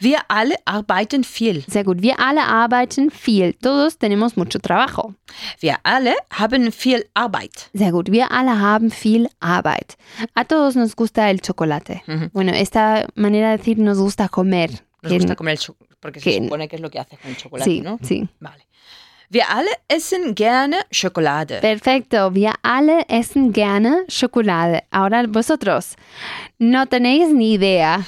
Wir alle arbeiten viel. Sehr gut. Wir alle arbeiten viel. Todos tenemos mucho trabajo. Wir alle haben viel Arbeit. Sehr gut. Wir alle haben viel Arbeit. A todos nos gusta el chocolate. Bueno, esta manera de decir nos gusta comer. Nos que- gusta comer el chocolate porque se que- supone que es lo que haces con el chocolate, sí, ¿no? sí. Vale. Wir alle essen gerne Schokolade. Perfecto, wir alle essen gerne Schokolade. Ahora vosotros, no tenéis ni [laughs] idea.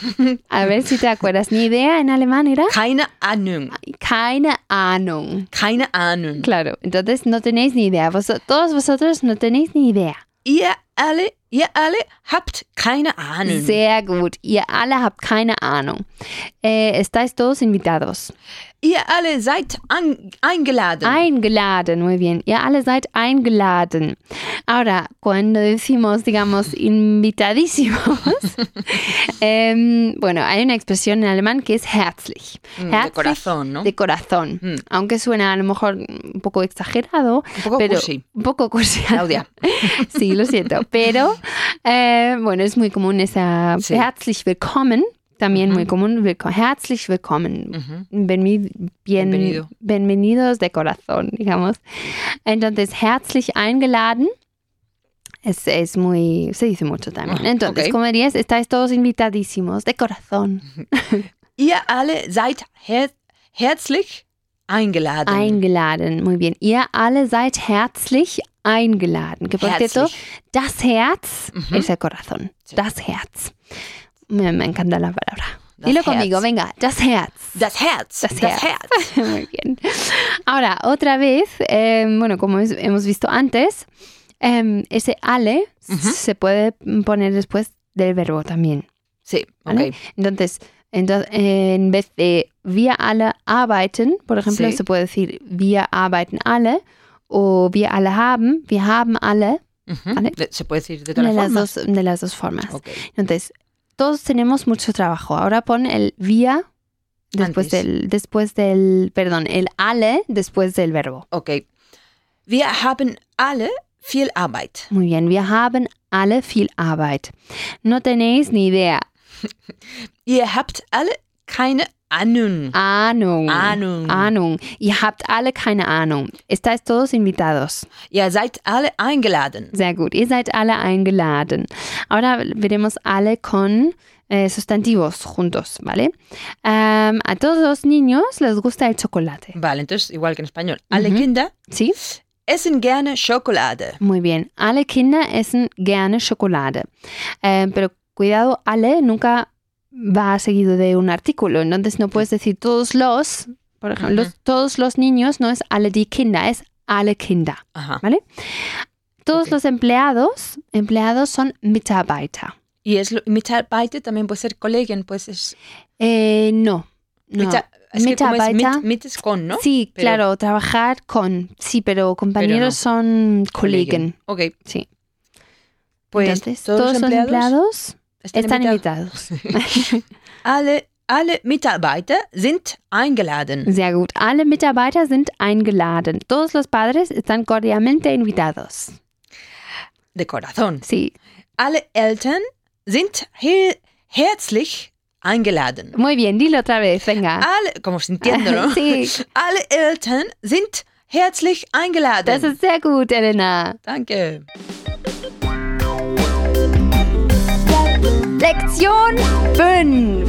A ver si te acuerdas, ni idea en alemán era Keine Ahnung. keine Ahnung. Keine Ahnung. Claro, entonces no tenéis ni idea. Vos- todos vosotros no tenéis ni idea. Ihr alle, ihr alle habt keine Ahnung. Sehr gut, ihr alle habt keine Ahnung. Eh, estáis todos invitados. Ihr alle seid an, eingeladen. Eingeladen, muy bien. Ihr alle seid eingeladen. Ahora, cuando decimos, [laughs] digamos, invitadísimos, em, bueno, hay una expresión en alemán que es herzlich. Mm, de Herzlich corazón, ¿no? De corazón. Mm. Aunque suena a lo mejor un poco exagerado, Un poco pero cursi. un poco cursi. Claudia. [laughs] sí, lo siento. Pero eh, bueno, es muy común esa Sí. herzlich willkommen. También muy común, Willko- herzlich willkommen. Ujú. Benvi- bien- Bienvenido. Bienvenidos de corazón, digamos. Entonces, herzlich eingeladen. Es, es muy. Se dice mucho también. Ah, Entonces, ok. como dirías, estáis todos invitadísimos, de corazón, Ihr alle seid her herzlich eingeladen. eingeladen. Muy bien. Ihr alle seid herzlich eingeladen. Que por cierto, Herzlich. das Herz Ujú. es el corazón. Sí. Das Herz. Me, me encanta la palabra. Das Dilo Herz. conmigo, venga, das [laughs] Herz. Das Herz. Das Herz. Das, Herz. Muy bien. Ahora, otra vez, eh, bueno, como es- hemos visto antes, eh, ese ale se puede poner después del verbo también. Sí, ¿vale? okay. Entonces, ento- eh, en vez de wir alle arbeiten, por ejemplo, Sí. se puede decir wir arbeiten alle o wir alle haben, wir haben alle, Ujú. Vale. De- Se puede decir de de todas las, formas. dos, de las dos formas. Ok. Entonces, todos tenemos mucho trabajo. Ahora pon el vía después Antes. del, después del, perdón, el ale después del verbo. Okay. Wir haben alle viel Arbeit. Muy bien, wir haben alle viel Arbeit. No tenéis ni idea. Ihr habt alle keine Ahnung. Ahnung. Ahnung. Ahnung. Ihr habt alle keine Ahnung. Estáis todos invitados. Ihr seid alle eingeladen. Sehr gut. Ihr seid alle eingeladen. Ahora veremos alle con eh, sustantivos juntos, ¿vale? Ähm, a todos los niños les gusta el chocolate. Vale, entonces igual que en español. Alle Ujú. Kinder ¿Sí? essen gerne Schokolade. Muy bien. Alle Kinder essen gerne Schokolade. Eh, pero cuidado, alle nunca va seguido de un artículo. Entonces no puedes decir todos los, por ejemplo, los- todos los niños no es alle die Kinder, es alle Kinder. Ajá. Todos Ok. los empleados, empleados son Mitarbeiter. Y es lo- Mitarbeiter también puede ser Kollegen, pues es. Eh, no. no. Mita- es que como es Mitarbeiter. mit, mit es con, ¿no? Sí, Pero- claro, trabajar con. Sí, pero compañeros no. son Kollegen. Ok. Sí. Pues Entonces, todos, los empleados, empleados están, están invitados. invitados. Alle, alle Mitarbeiter sind eingeladen. Sehr gut. Alle Mitarbeiter sind eingeladen. Todos los padres están cordialmente invitados. De corazón. Sí. Alle Eltern sind he herzlich eingeladen. Muy bien, dilo otra vez, venga. Alle, como sintiéndolo. [laughs] Sí. Alle Eltern sind herzlich eingeladen. Das ist sehr gut, Elena. Danke. Lección 5.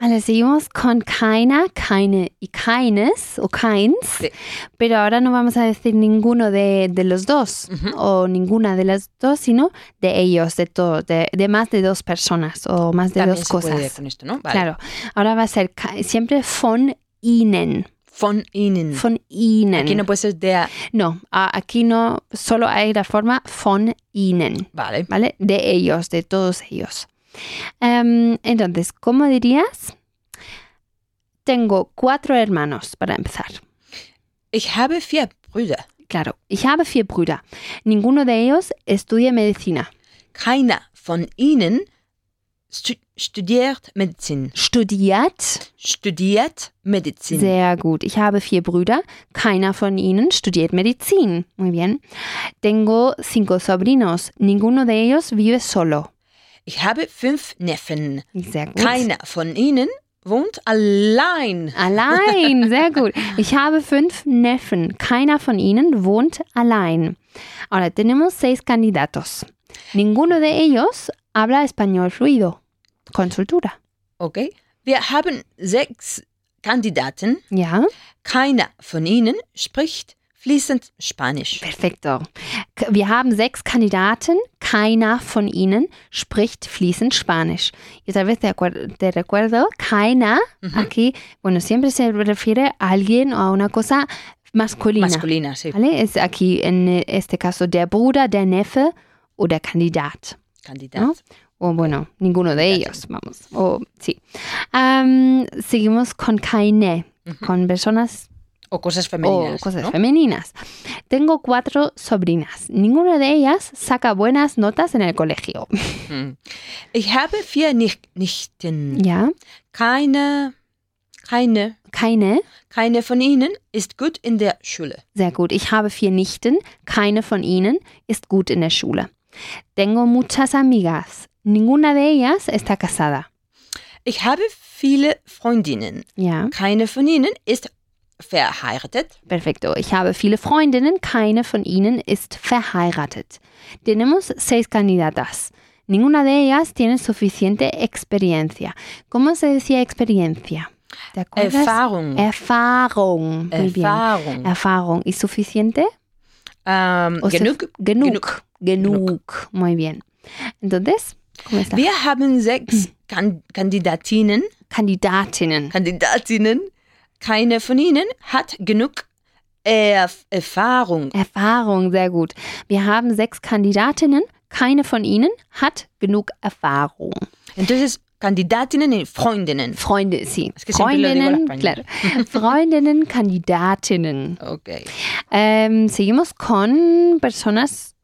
Vale, seguimos con keiner, keine y keines o keins. Sí. Pero ahora no vamos a decir ninguno de, de los dos Ujú. o ninguna de las dos, sino de ellos, de todo, de, de más de dos personas o más de También dos se puede cosas. con esto, ¿no? Vale. Claro. Ahora va a ser ca- siempre von ihnen. Von ihnen. Von ihnen. Mm. Aquí no puede ser der. No, a- aquí no, solo hay la forma von ihnen, Vale. ¿vale? De ellos, de todos ellos. Em, entonces, ¿cómo dirías? Tengo cuatro hermanos, para empezar. Ich habe vier Brüder. Claro, ich habe vier Brüder. Ninguno de ellos estudia medicina. Keiner von ihnen stu studiert Medizin. Studiert. Studiert Medizin. Sehr gut. Ich habe vier Brüder. Keiner von ihnen studiert Medizin. Muy bien. Tengo cinco sobrinos. Ninguno de ellos vive solo. Ich habe fünf Neffen. Sehr gut. Keiner von ihnen wohnt allein. [laughs] Allein, sehr gut. Ich habe fünf Neffen. Keiner von ihnen wohnt allein. Ahora tenemos seis candidatos. Ninguno de ellos habla español fluido. Con soltura. Okay. Wir haben sechs Kandidaten. Ja, Keiner von ihnen spricht fließend Spanisch. perfekto. K- Wir haben sechs Kandidaten. Keiner von ihnen spricht fließend Spanisch. Y tal vez te, acuer- te recuerdo, keiner aquí, bueno, siempre se refiere a alguien o a una cosa masculina. Maskuliner, sí. ¿Vale? Es aquí en este caso der Bruder, der Neffe o der Kandidat. Kandidat. ¿no? O bueno, ninguno de ellos, vamos. O sí. Am, seguimos con keine, con personas O cosas o femeninas. cosas ¿no? femeninas. Tengo cuatro sobrinas. Ninguna de ellas saca buenas notas en el colegio. Hm. Ich habe vier Nich Nichten. ¿Ya? Keine, keine, Keine. keine von ihnen ist gut in der Schule. Sehr gut. Ich habe vier Nichten. Keine von ihnen ist gut in der Schule. Tengo muchas amigas. Ninguna de ellas está casada. Ich habe viele Freundinnen. ¿Ya? Keine von ihnen ist verheiratet. Perfecto. Ich habe viele Freundinnen, keine von ihnen ist verheiratet. Tenemos seis candidatas. Ninguna de ellas tiene suficiente experiencia. ¿Cómo se decía experiencia? ¿Te acuerdas? Erfahrung. Erfahrung. Muy bien. Hm. Erfahrung. Erfahrung. ¿Y suficiente? Ähm, ¿O se- genug. genug. Genug. Genug. Muy bien. Entonces, ¿cómo está? Wir haben sechs kan Kandidatinnen. Candidatinnen. Kandidatinnen. Keine von ihnen hat genug Erf Erfahrung. Erfahrung, sehr gut. Wir haben sechs Kandidatinnen. Keine von ihnen hat genug Erfahrung. Entonces, Kandidatinnen und Freundinnen. Freunde, sí. Es que siempre lo digo a las Freundinnen, claro. españolas. Freundinnen, Kandidatinnen. Okay. Em, seguimos con personas,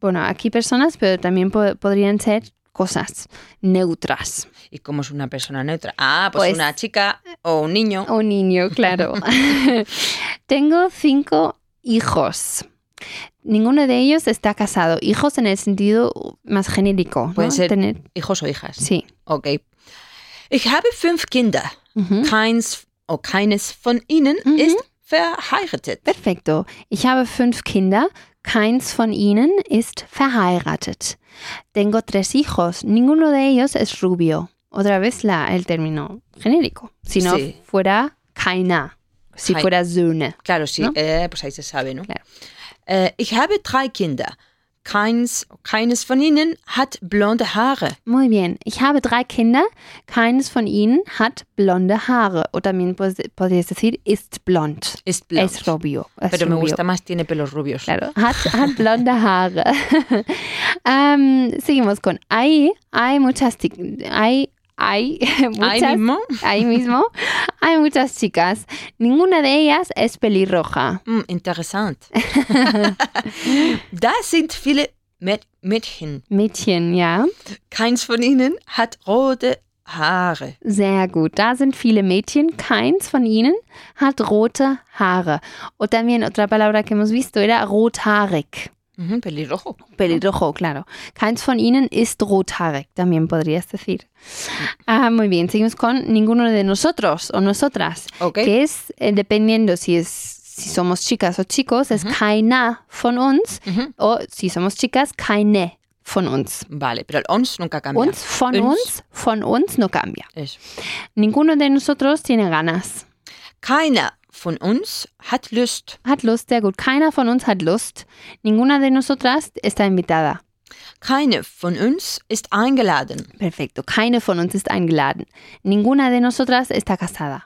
bueno, aquí personas, pero también po- podrían ser cosas neutras. ¿Y cómo es una persona neutra? Ah, pues, Pues- una chica o un niño. Un niño, claro. [laughs] Tengo cinco hijos. Ninguno de ellos está casado. Hijos en el sentido más genérico. ¿no? Pueden ser- Tener- Hijos o hijas. sí. Okay. Ich habe fünf Kinder. Ujú. Keins, oh, keines von ihnen Hm? Mhm. ist verheiratet. Perfekto. Ich habe fünf Kinder. Keins von ihnen ist verheiratet. Tengo tres hijos. Ninguno de ellos es rubio. Otra vez la, el término genérico. Si no Sí. fuera keiner. Si Kein- fuera Söhne. Claro, sí, ¿No? eh, pues ahí se sabe, ¿no? Claro. Äh, ich habe drei Kinder. Keins, keines von ihnen hat blonde Haare. Muy bien. Ich habe drei Kinder. Keines von ihnen hat blonde Haare. O también pod- podrías decir, ist blond. Ist blond. Es rubio. Es Pero me rubio. gusta más, tiene pelos rubios. Claro, hat, hat blonde Haare. [laughs] Am, seguimos con ahí hay muchas ti- hay hay [laughs] Ahí muchas mismo. ahí mismo hay muchas chicas. Ninguna de ellas es pelirroja. Hm, [laughs] interessant. da sind viele Mäd- Mädchen. Mädchen, ja. Keins von ihnen hat rote Haare. Sehr gut. Da sind viele Mädchen. Keins von ihnen hat rote Haare. O también otra palabra que hemos visto era rothaarig. Mhm, pelirrojo. Pelirrojo, claro. Keins von ihnen ist rothaarig, también podrías decir. Ah, muy bien, seguimos con ninguno de nosotros o nosotras, Okay. que es, eh, dependiendo si es si somos chicas o chicos, es keiner von uns, Mhm. o si somos chicas, keine von uns. Vale, pero el ons nunca cambia. Uns, von Uns. uns, von uns no cambia. Es. Ninguno de nosotros tiene ganas. Keiner von uns hat Lust. Hat Lust, sehr gut. Keiner von uns hat Lust. Ninguna de nosotras está invitada. Keine von uns ist eingeladen. Perfecto. Keine von uns ist eingeladen. Ninguna de nosotras está casada.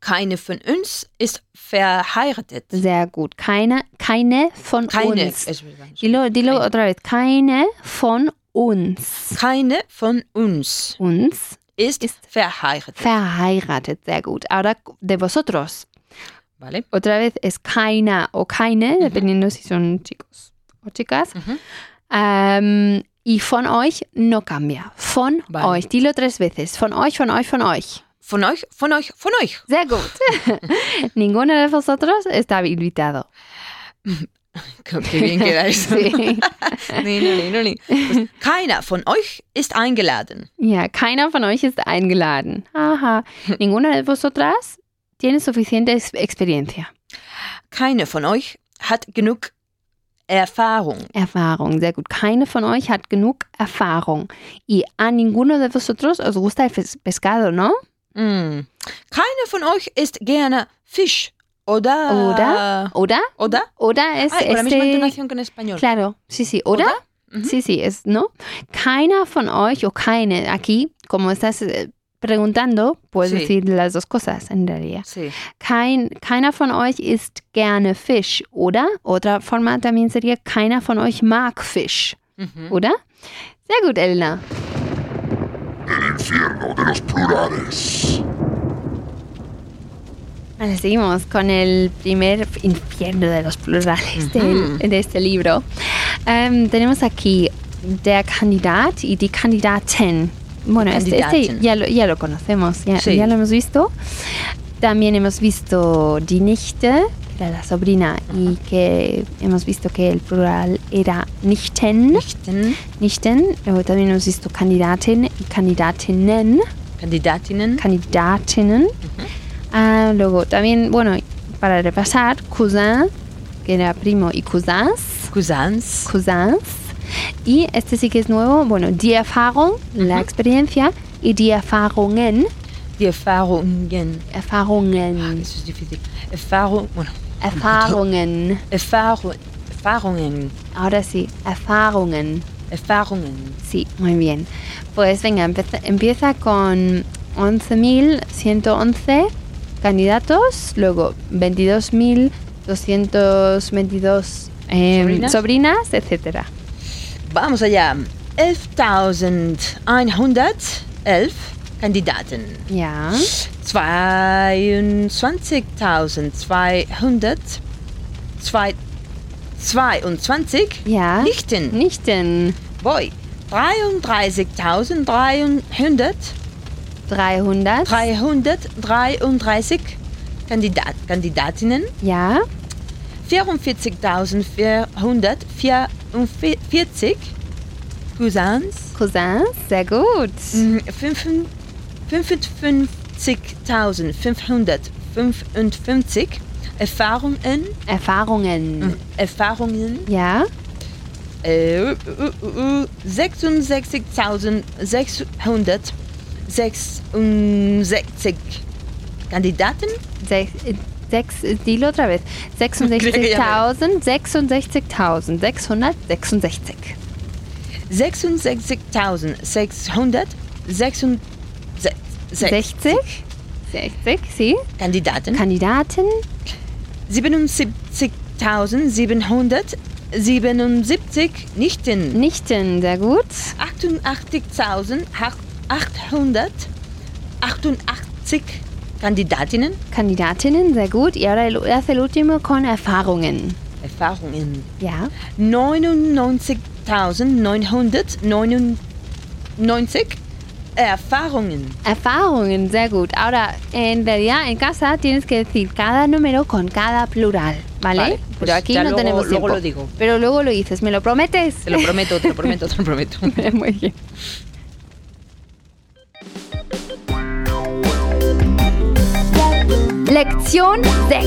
Keine von uns ist verheiratet. Sehr gut. Keine, keine von Keine, uns. es wird ganz- Dilo, dilo Keine. otra vez. Keine von uns. keine von uns Uns ist, Ist- verheiratet. verheiratet. Sehr gut. Ahora de vosotros. vale? Otra vez es keiner o keine, dependiendo si son chicos o chicas. Ujú. Ähm, y von euch no cambia. Von Vale. euch. Dilo tres veces. Von euch, von euch, von euch. Von euch, von euch, von [laughs] euch. [laughs] Sehr gut. Ninguno de vosotros está habilitado. Qué [laughs] bien queda eso. Sí. also. [laughs] nee, nee, nee, nee. Pues, keiner von euch ist eingeladen. Ja, keiner von euch ist eingeladen. [laughs] Aha. Ninguna de vosotras tiene suficiente ex- experiencia. Keine von euch hat genug Erfahrung. Erfahrung, sehr gut. Keine von euch hat genug Erfahrung. Y a ninguno de vosotros os gusta el fes- pescado, ¿no? Mm. Hm. Keine von euch isst gerne Fisch oder Oder? ¿Oda? oder? ¿Oda es Ay, con la misma este...? entonación que en español. Claro, sí, sí. ¿Oda? Ujú. Sí, sí, es, ¿no? Keiner von euch o keine, aquí, como estás eh, preguntando, puedes Sí. decir las dos cosas en realidad. Sí. Kein, keiner von euch isst gerne Fisch, oder? Otra forma también sería, keiner von euch mag Fisch, Ujú. oder? Sehr gut, Elena. El infierno de los plurales. Vale, seguimos con el primer infierno de los plurales del- de, este libro. Em, tenemos aquí der Kandidat y die Kandidaten. Bueno, Die este, este Kandidaten. ya, lo, ya lo conocemos, ya, Sí. ya lo hemos visto. También hemos visto die Nichte, que era la sobrina, y que hemos visto que el plural era Nichten. Nichten, Nichten. Luego también hemos visto Kandidatin y Kandidatinnen. Kandidatinnen, Kandidatinnen. Ah, luego también, bueno, para repasar, cousin, que era primo, y cousins, Cousins, cousins. Y este sí que es nuevo, bueno, die Erfahrung, la experiencia, y die Erfahrungen, die Erfahrungen. Ah, Erfahrungen, Eso es difícil. Erfahrung, bueno, Erfahrungen. Erfahrung, Erfahrungen, Ahora sí, Erfahrungen. Erfahrungen. Sí, muy bien. Pues venga, empeza- empieza con 11.111 candidatos, luego 22.222 eh, Sobrinas. sobrinas. etcétera. Vamos allá. 11.111 Kandidaten. Ja, 22.200 zwei- 22 ja. Nichten. Nichten. Boy. 33.300 300. 333 Kandidat, Kandidatinnen, Ja, 44.444 Cousins, Cousins, sehr gut. mm, 55 55.555 Erfahrungen, Erfahrungen. Mm. Erfahrungen, Ja, äh, äh, äh, 66.666 Kandidaten. sech- eh, sechs, eh, dilo otra [laughs] vez. 66.000, 66.666. 66.666 60? 60, sí. Kandidaten, Kandidaten. 77.777 Nichten, Nichten, sehr gut. 88.888 Kandidatinnen, Kandidatinnen, sehr gut. Y ahora el, hace el último con Erfahrungen. Erfahrungen, Ja. 99.999 Erfahrungen. Erfahrungen, sehr gut. Ahora, en realidad, en casa tienes que decir cada número con cada plural, ¿vale? Vale, pues Pero aquí ya no luego- tenemos luego tiempo. lo digo. Pero luego lo dices, ¿me lo prometes? Te lo prometo, te lo prometo, te lo prometo. [laughs] Muy bien. Lección 6.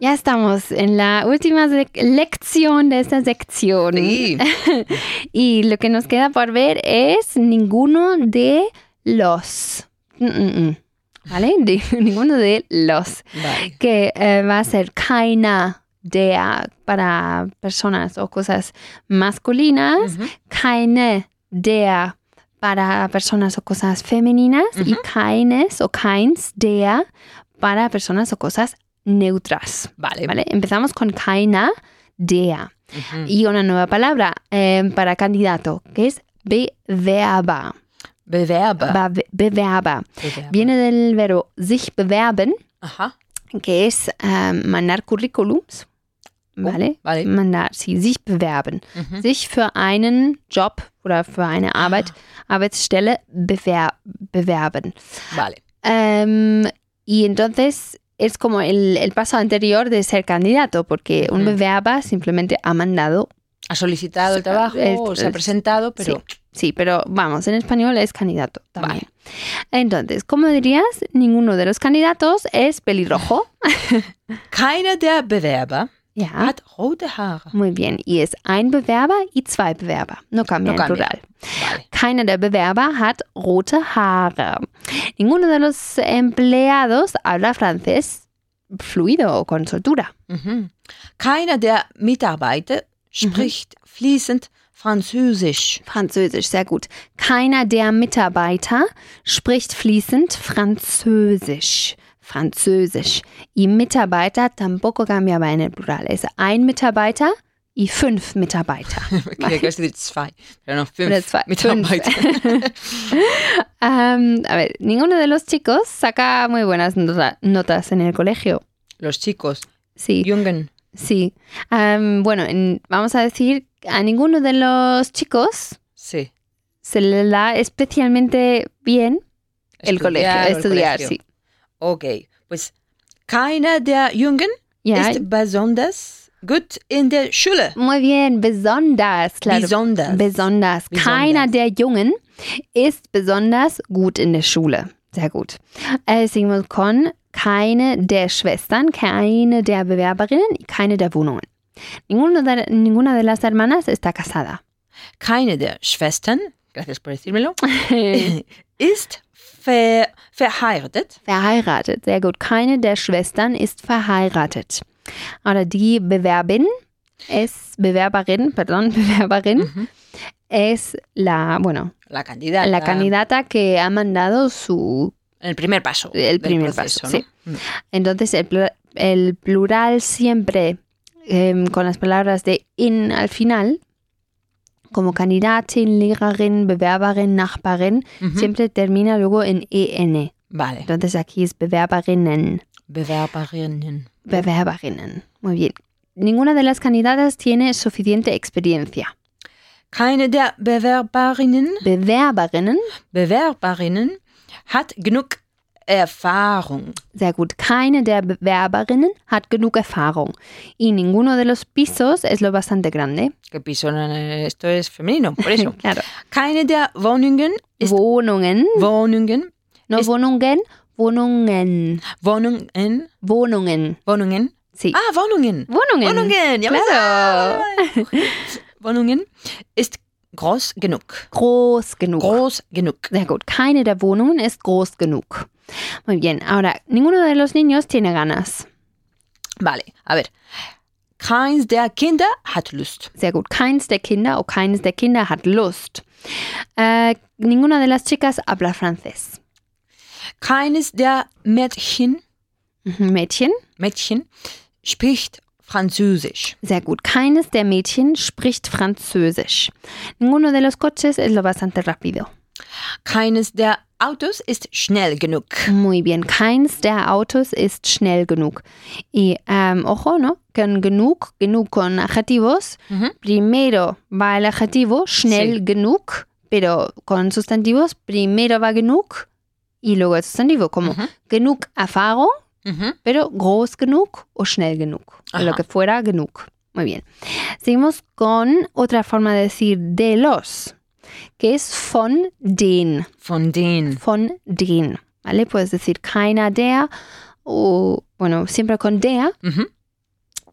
Ya estamos en la última sec- lección de esta sección. [laughs] Sí. Y lo que nos queda por ver es ninguno de los. Mm, mm, mm. ¿Vale? De- [laughs] ninguno de los. Vale. Que eh, va a ser keine der para personas o cosas masculinas, Ujú. keine der para personas o cosas femeninas y keines o keins der para personas o cosas neutras. Vale. ¿Vale? Empezamos con keiner der. Ujú. Y una nueva palabra eh, para candidato, que es bewerber. Bewerber. Ba- bewerber. Bewerber. Viene del verbo sich bewerben, Aha. que es eh, mandar currículums. ¿Vale? vale. Mandar, sí, sich bewerben. Mhm. Sich für einen Job oder für eine Arbeit, Arbeitsstelle bewer bewerben. Vale. Ähm, y entonces es como el, el paso anterior de ser candidato, porque un bewerber simplemente ha mandado. Ha solicitado el trabajo El- o se ha el- presentado, pero Sí, sí, pero vamos, en español es candidato también. Entonces, como dirías, ninguno de los candidatos es pelirrojo. keiner der Bewerber Ja. hat rote Haare. Muy bien. Y es ein Bewerber y zwei Bewerber. No cambia el No cambia. plural. Vale. Keiner der Bewerber hat rote Haare. Ninguno de los empleados habla francés fluido o con soltura. Mhm. Keiner der Mitarbeiter spricht fließend Französisch. Französisch, sehr gut. Keiner der Mitarbeiter spricht fließend Französisch. Französisch. Y Mitarbeiter tampoco cambiaba en el plural. Es ein Mitarbeiter y fünf Mitarbeiter. [laughs] Okay, das sind zwei. Dann noch fünf Oder zwei- Mitarbeiter. Ähm, a ver, ninguno de los chicos saca muy buenas nota- notas en el colegio. [laughs] Los chicos, Sí. Jungen. Sí. Am, bueno, en- vamos a decir, a ninguno de los chicos Sí. se le da especialmente bien el colegio, Estudiar o el estudiar, colegio. sí. Okay, pues keiner der Jungen Ya, ist besonders gut in der Schule. Muy bien, besonders, claro. Besonders. Besonders. Besonders. Keiner der Jungen ist besonders gut in der Schule. Sehr gut. Äh, seguimos con keine der Schwestern, keine der Bewerberinnen, y keine der Wohnungen. Ninguna de, ninguna de las hermanas está [laughs] casada. Keine der Schwestern, gracias por decírmelo, [laughs] ist ver verheiratet. Verheiratet, sehr gut. Keine der Schwestern ist verheiratet. Oder die Bewerbin es Bewerberin, perdón, [laughs] Bewerberin es la, bueno, La candidata. Hm. Mhm. la candidata que ha mandado su El primer paso. El del primer proceso, paso, ¿no? Mm. Entonces, el, plura- el plural siempre em, con las palabras de in al final, como Kandidatin, Lehrerin, Bewerberin, Nachbarin, Mhm. siempre termina luego en en. Vale. Entonces, aquí es Bewerberinnen, Bewerberinnen. Bewerberinnen. Muy bien. Ninguna de las candidatas tiene suficiente experiencia. Keine der Bewerberinnen, Bewerberinnen, Bewerberinnen hat genug Erfahrung. sehr gut, keine der Bewerberinnen hat genug Erfahrung. Y ninguno de los pisos es lo bastante grande. Que piso eh, esto es femenino, [laughs] por eso. Claro. Keine der Wohnungen ist Wohnungen, Wohnungen, no ist- Wohnungen, Wohnungen, Wohnungen, Wohnungen, Wohnungen. sí. Ah, Wohnungen. Wohnungen. Wohnungen, ja, Claro. [laughs] Wohnungen ist groß genug. Groß genug. Groß genug. Sehr gut. Keine der Wohnungen ist groß genug. Muy bien. Ahora, ninguno de los niños tiene ganas. Vale, a ver. Keins der Kinder hat Lust. Sehr gut. Keins der Kinder o keines der Kinder hat Lust. Äh, ninguna de las chicas habla francés. Keines der Mädchen, Mhm, Mädchen. Mädchen spricht Französisch. Sehr gut. Keines der Mädchen spricht Französisch. Ninguno de los coches es lo bastante rápido. Keines der Autos ist schnell genug. Muy bien, keins der Autos ist schnell genug. Y, um, ojo, ¿no? Con genug, genug con adjetivos. Ujú. Primero va el adjetivo, schnell Sí. genug, pero con sustantivos, primero va genug y luego el sustantivo, como Ujú. genug Erfahrung, Mhm. pero groß genug o schnell genug, o lo Ajá. que fuera genug. Muy bien. Seguimos con otra forma de decir de los, que es von den Von denen. von den, ¿vale? Puedes decir keiner der o, bueno, siempre con der. Mhm.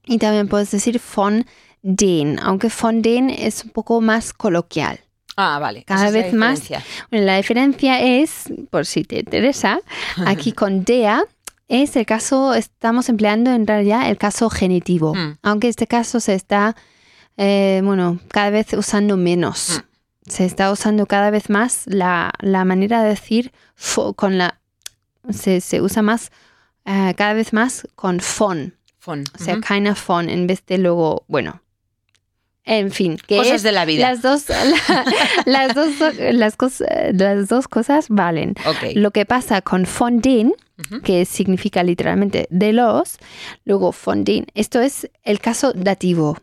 Y también puedes decir von den, aunque von den es un poco más coloquial. Ah, vale. Cada Esa es la vez más. diferencia. Bueno, la diferencia es, por si te interesa, aquí con der es el caso, estamos empleando en realidad el caso genitivo, Mm. aunque este caso se está, eh, bueno, cada vez usando menos. Mm. Se está usando cada vez más la, la manera de decir fo- con la... Se, se usa más, eh, cada vez más con von, Von. o sea, Mhm. keine von en vez de luego, bueno. En fin, que Cosas es- de la vida. las dos, [laughs] la- las, dos las, cos- las dos cosas valen. Okay. Lo que pasa con von den, Ujú. que significa literalmente de los, luego von den, esto es el caso dativo.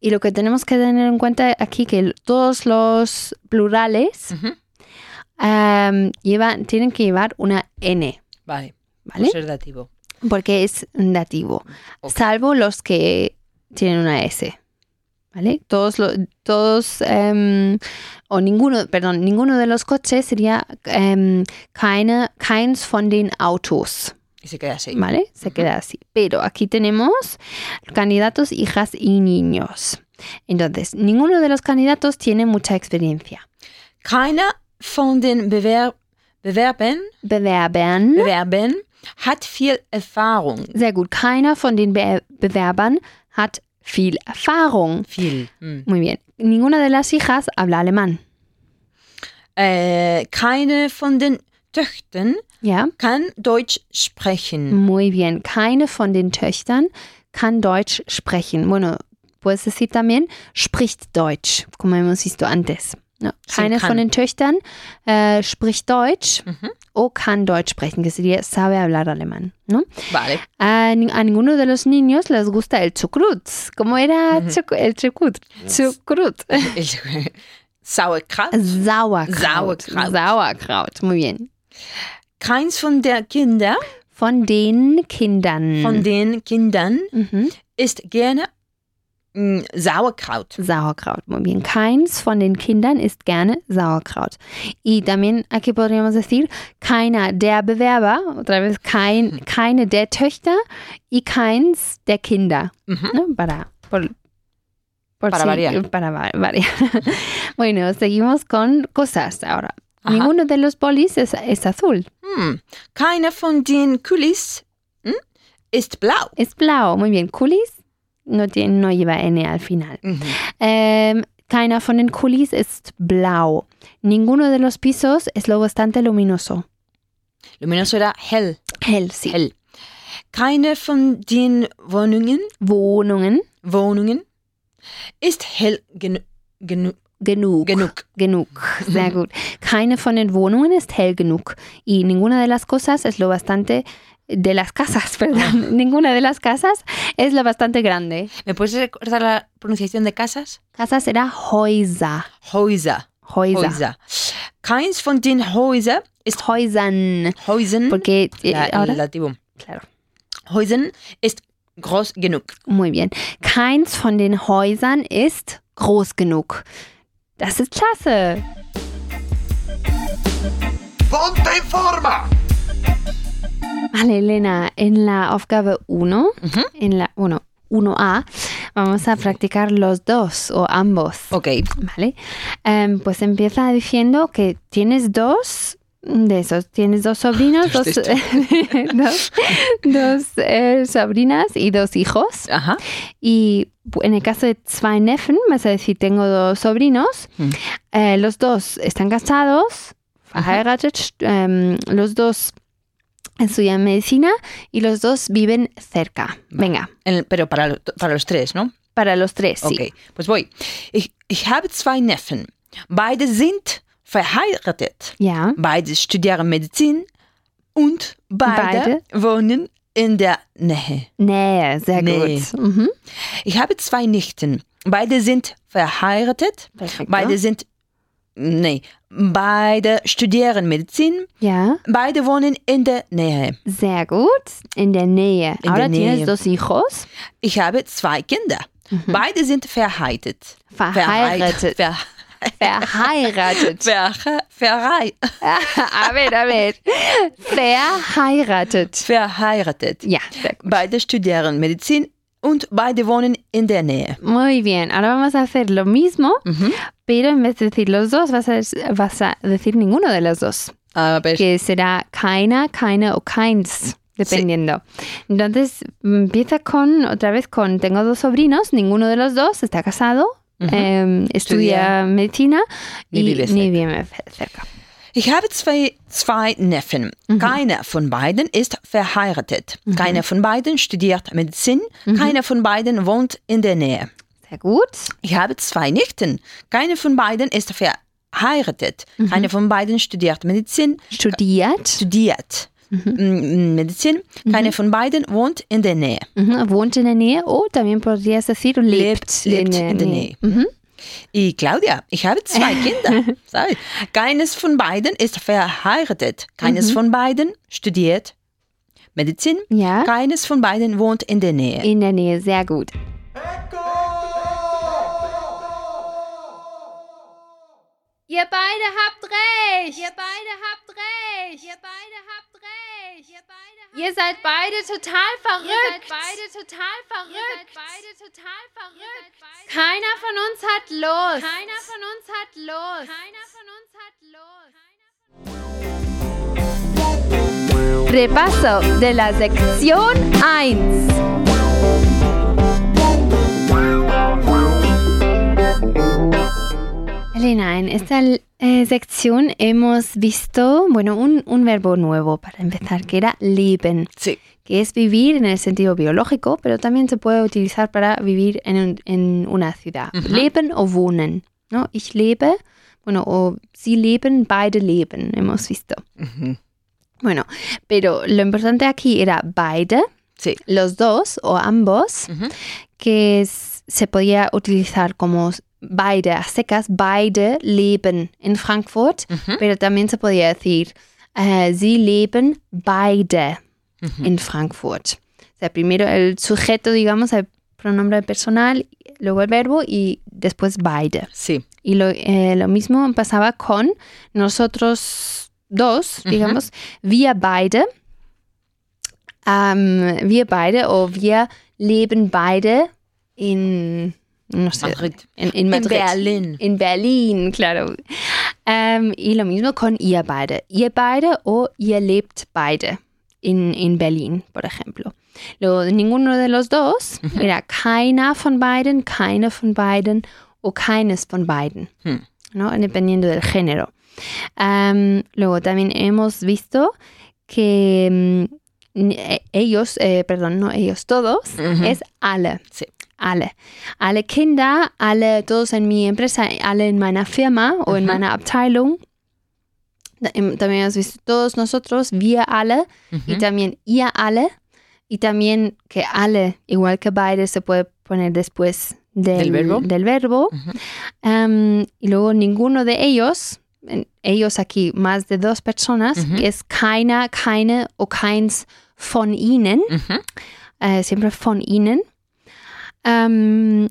Y lo que tenemos que tener en cuenta aquí que l- todos los plurales Ujú. am, llevan, tienen que llevar una N, Vale. ¿vale? Por ser dativo. porque es nativo, salvo los que tienen una S. ¿Vale? Todos, lo- todos em, o ninguno, perdón, ninguno de los coches sería em, keine, keins von den Autos. Y se queda así. ¿vale? Se queda así. Pero aquí tenemos candidatos, hijas y niños. Entonces, ninguno de los candidatos tiene mucha experiencia. Keiner von den Bewer Bewerben, Bewerben. Bewerben hat viel Erfahrung. Sehr gut. Keiner von den Be Bewerbern hat viel Erfahrung. Viel. Hm. Muy bien. Ninguna de las hijas habla alemán. Äh, keine von den Töchtern Ja, kann Deutsch sprechen. muy bien. Keine von den Töchtern kann Deutsch sprechen. Bueno, puedes decir también, spricht Deutsch, como hemos visto antes. No, Sí, keine kann. von den Töchtern äh, spricht Deutsch o kann Deutsch sprechen, que sería sabe hablar alemán. ¿no? Vale. A, ni- a ninguno de los niños les gusta el chucrut. ¿Cómo era chuc- el chucrut? Chucrut. Ich- [laughs] [laughs] Sauerkraut. Also Sauerkraut. Sauerkraut. Sauerkraut. Muy bien. Keins von der Kinder, Von den Kindern. von den Kindern mhm. ist gerne hm, Sauerkraut. Sauerkraut. Muy bien. Keins von den Kindern isst gerne Sauerkraut. Y también aquí podríamos decir, keiner der Bewerber, otra vez Hm. kein, keine der Töchter y keins der Kinder. Mhm. ¿no? Para, por- por Para variar. Para va- variar. [laughs] bueno, seguimos con cosas ahora. Ajá. Ninguno de los bolis es, es azul, Hm. Keiner von den Kulis hm, ist blau. es blau. Muy bien. Kulis no, tiene, no lleva N al final. Mhm. Ähm, keiner von den Kulis ist blau. Ninguno de los pisos es lo bastante luminoso. Luminoso era hell. Hell, sí. Hell. Keine von den Wohnungen, Wohnungen. Wohnungen ist hell genu genu Genug. genug. [laughs] Genug. Sehr gut. Keine von den Wohnungen ist hell genug. Y ninguna de las cosas es lo bastante. De las casas, [laughs] [laughs] perdón. Ninguna de las casas es lo bastante grande. ¿Me puedes recordar la pronunciación de casas? Casas era Häuser. Häuser. Häuser. Häuser. Keins von den Häuser ist Häusern. Häusern. Porque eh, La- ahora. Lativo. Claro. Häusern ist groß genug. Muy bien. Keins von den Häusern ist groß genug. Das ist klasse. ¡Ponte en forma! Vale, Elena, en la Aufgabe 1, en la, bueno, 1A, vamos a practicar los dos o ambos. Okay. Vale. Em, pues empieza diciendo que tienes dos de esos, tienes dos sobrinos, dos, Dos de [laughs] dos- dos, eh, sobrinas y dos hijos. Ajá. Y en el caso de zwei Neffen, vas a decir, tengo dos sobrinos, Mm. eh, los dos están casados, verheiratet, st- em, los dos estudian medicina y los dos viven cerca. Venga, El- pero para, lo- para los tres, ¿no? para los tres, sí. Okay. Pues voy. Ich, ich habe zwei Neffen. Beide sind verheiratet. Ya. Beide studieren Medizin und beide, wohnen in der Nähe. Nee, sehr Nee. gut. Mhm. Ich habe zwei Nichten. Beide sind verheiratet. Perfekt. Beide sind. Nee. Beide studieren Medizin. Ja, Beide wohnen in der Nähe. sehr gut. In der Nähe. In Ahora der Nähe. tienes dos hijos. Ich habe zwei Kinder. Beide sind verheiratet. Ah, Verheiratet. Ver, Verheiratet. [laughs] [laughs] ver, verrei- a ver, a ver. Verheiratet. verheiratet. Ja, sehr gut. Beide studieren Medizin und beide wohnen in der Nähe. Muy bien, ahora vamos a hacer lo mismo, pero en vez de decir los dos, vas a, des- vas a decir ninguno de los dos, Aber que será keiner, keine o keins, dependiendo. Entonces, empieza con, otra vez con, tengo dos sobrinos, ninguno de los dos está casado, eh, estudia Estudia. medicina Ni y vive ni vive cerca. Ich habe zwei, zwei Neffen. Keiner von beiden ist verheiratet. Keiner von beiden studiert Medizin. Keiner von beiden wohnt in der Nähe. Sehr gut, Ich habe zwei Nichten. Keine von beiden ist verheiratet. Keine von beiden studiert Medizin. studiert, Studiert mm, Medizin. Keine von beiden wohnt in der Nähe. ujú, wohnt in der Nähe E, o también podrías decir lebt, E. lebt in der Nähe. Mhm. Ich, Claudia, ich habe [laughs] zwei Kinder. Sorry. Mhm. Keines von beiden ist verheiratet. Keines von beiden studiert Medizin. Ja. Keines von beiden wohnt in der Nähe. In der Nähe, sehr gut. Ihr beide habt recht. Ihr beide habt recht. Ihr beide habt recht. Ihr beide habt Ihr seid beide total verrückt. Ihr seid beide total verrückt. Ihr seid beide total verrückt. Keiner von uns hat los. Keiner von uns hat los. Keiner von uns hat los. Repaso de la sección 1. Elena, en esta eh, sección hemos visto, bueno, un, un verbo nuevo para empezar, que era leben, Sí. que es vivir en el sentido biológico, pero también se puede utilizar para vivir en, un- en una ciudad. Leben o wohnen, ¿no? Ich lebe, bueno, o sie leben, beide leben, hemos visto. Ujú. Bueno, pero lo importante aquí era beide, Sí. los dos o ambos, Ujú. que s- se podía utilizar como s- beide a secas, beide leben en Frankfurt, Ujú. pero también se podía decir, eh, sie leben beide Ujú. en Frankfurt. O sea, primero el sujeto, digamos, el pronombre personal, luego el verbo y después beide. Sí. Y lo, eh, lo mismo pasaba con nosotros dos, Ujú. digamos, wir beide, ähm, wir beide o wir leben beide in, no sé, Madrid. en, en En Madrid. Berlín. En Berlín, claro. Ähm, y lo mismo con ihr beide. Ihr beide o ihr lebt beide in, in Berlín, por ejemplo. Lo, ninguno de los dos era keiner von beiden, keine von beiden o keines von beiden. Hm. ¿no? Dependiendo del género. Ähm, luego también hemos visto que mm, eh, ellos, eh, perdón, no ellos todos, Ujú. es alle. Sí. Alle. Alle Kinder, alle, todos en mi empresa, alle en meiner Firma o en Ujú. meiner Abteilung. Da- em, También hemos visto todos nosotros, wir alle y Ujú. también ihr alle. Y también que alle, igual que beide, se puede poner después del, Del verbo. del verbo. Ujú. Em, y luego ninguno de ellos, en- ellos aquí, más de dos personas, Ujú. es keiner, keine o keins von ihnen Ujú. eh, siempre von ihnen. Ähm,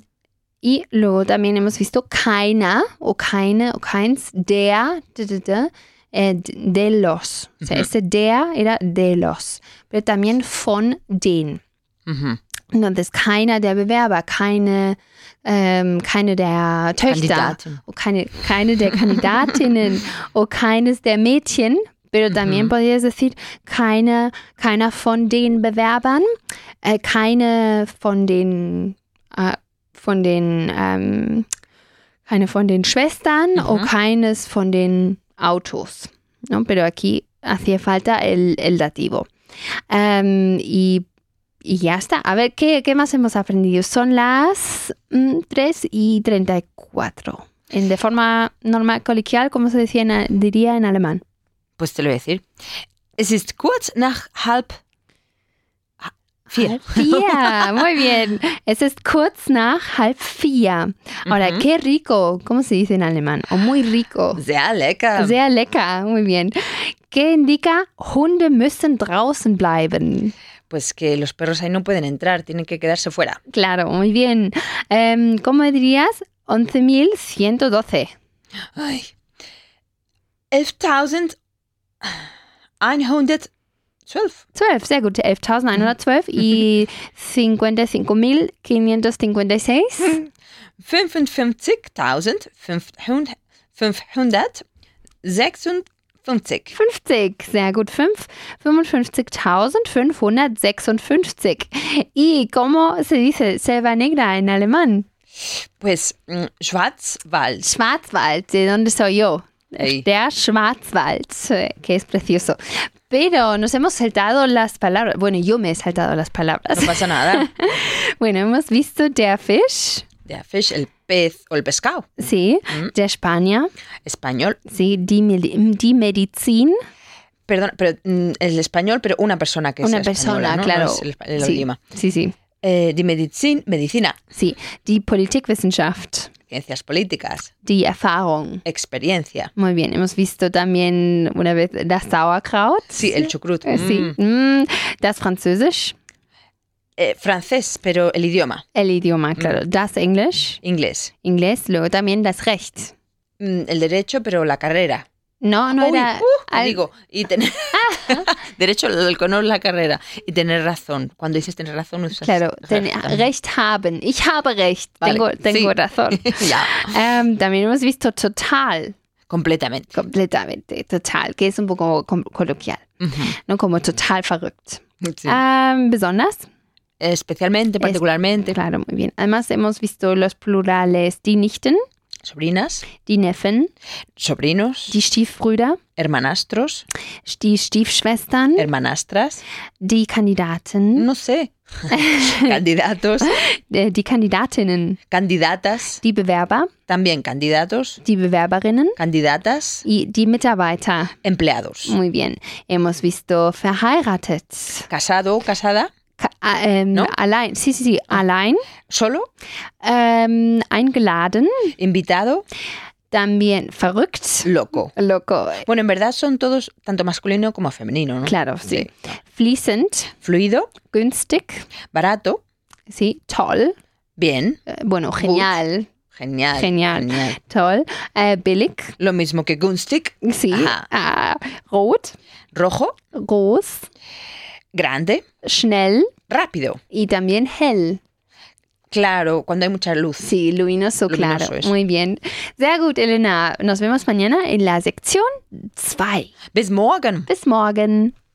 y luego también hemos visto keiner o keine o keins der de, de, de, eh, de los. O sea, Ujú. este der era de los, pero también von den. Ujú. Entonces, keiner der Bewerber, keine, ähm, keine der Töchter, Kandidaten. o keine, keine der Kandidatinnen o keines der Mädchen. Pero también podrías decir, keine, keiner von den Bewerbern, äh, keine von den, äh, von den, ähm, keine von den Schwestern o keines von den Autos. ¿no? Pero aquí hacía falta el, el dativo. Ähm, y, y ya está. A ver, ¿qué, ¿qué más hemos aprendido? Son las mm, 3 y 34. En, de forma normal, coloquial, ¿cómo se decía en a- diría en alemán? Pues te lo voy a decir. Es ist kurz nach halb ha- vier. Halb vier. Muy bien. Es ist kurz nach halb vier. Ahora, Ujú. qué rico. ¿Cómo se dice en alemán? O muy rico. Sehr lecker. Sehr lecker. Muy bien. ¿Qué indica? Hunde müssen draußen bleiben. Pues que los perros ahí no pueden entrar, tienen que quedarse fuera. Claro, muy bien. Em, ¿Cómo dirías? 11.112. Ay. 11.112. 12, sehr gut. 11.112 y 55.556. 55.556. 50, sehr gut. 5, 55.556. ¿Y cómo se dice selva negra en alemán? Pues mm, Schwarzwald. Schwarzwald, ¿de dónde soy yo? Ey. Der Schwarzwald, eh, que es precioso. Pero nos hemos saltado las palabras. Bueno, yo me he saltado las palabras. No pasa nada. Bueno, hemos visto der Fisch, Der Fisch, el pez o el pescado. sí, Mm. der Spanier, Español. sí, die, Medi- die Medizin, Perdón, pero mm, el español, pero una persona que una sea española, persona, ¿no? claro. No es el, el sí, idioma. sí, sí, Eh, die Medizin, medicina. sí. Die Politikwissenschaft, Ciencias políticas. Die Erfahrung. Experiencia. Muy bien, hemos visto también una vez das Sauerkraut. Sí, el chucrut. Äh, Sí. Mm. Mm, das Französisch, Eh, francés, pero el idioma. el Mm. idioma, claro. Das Englisch, Inglés. Inglés, luego también das Recht. Mm, el derecho, pero la carrera. No, no Uy, era. uh, al- digo, y [laughs] tener [laughs] derecho al conocer la carrera y tener razón. Cuando dices tener razón, usas Claro, ten, también. Recht haben. Ich habe Recht. ah. Vale, Tengo, tengo sí. razón. [laughs] Ya, Ähm, también hemos visto total, completamente. completamente, total, que es un poco com- coloquial, Ujú, ¿no? Como total verrückt. sí. Ähm, besonders, Especialmente, particularmente, claro, muy bien. Además hemos visto los plurales, die Nichten, sobrinas, die Neffen, sobrinos, die Stiefbrüder, hermanastros, die Stiefschwestern, Äh. hermanastras, die Kandidaten, no [laughs] sé, candidatos, äh, die Kandidatinnen, candidatas, die Bewerber, también candidatos, die Bewerberinnen, candidatas, i- die Mitarbeiter. empleados. Muy bien. Hemos visto verheiratet. Casado o casada, Ka- ah, ähm, No? Allein, sí, sí, sí, allein. solo, Ähm, eingeladen, invitado, también verrückt, loco. loco, Bueno, en verdad son todos tanto masculino como femenino, ¿no? claro, sí. Sí. Fließend, Fluido, günstig, barato, sí, toll, bien, äh, bueno, genial, genial. Genial. toll, äh, billig, Lo mismo que Gunstig, sí, äh, rot, rojo, groß, grande, schnell rápido. y también hell. Claro, cuando hay mucha luz. Sí, luminoso, Luminoso claro. es. Muy bien. Sehr gut, Elena. Nos vemos mañana en la sección 2. Bis morgen. Bis morgen.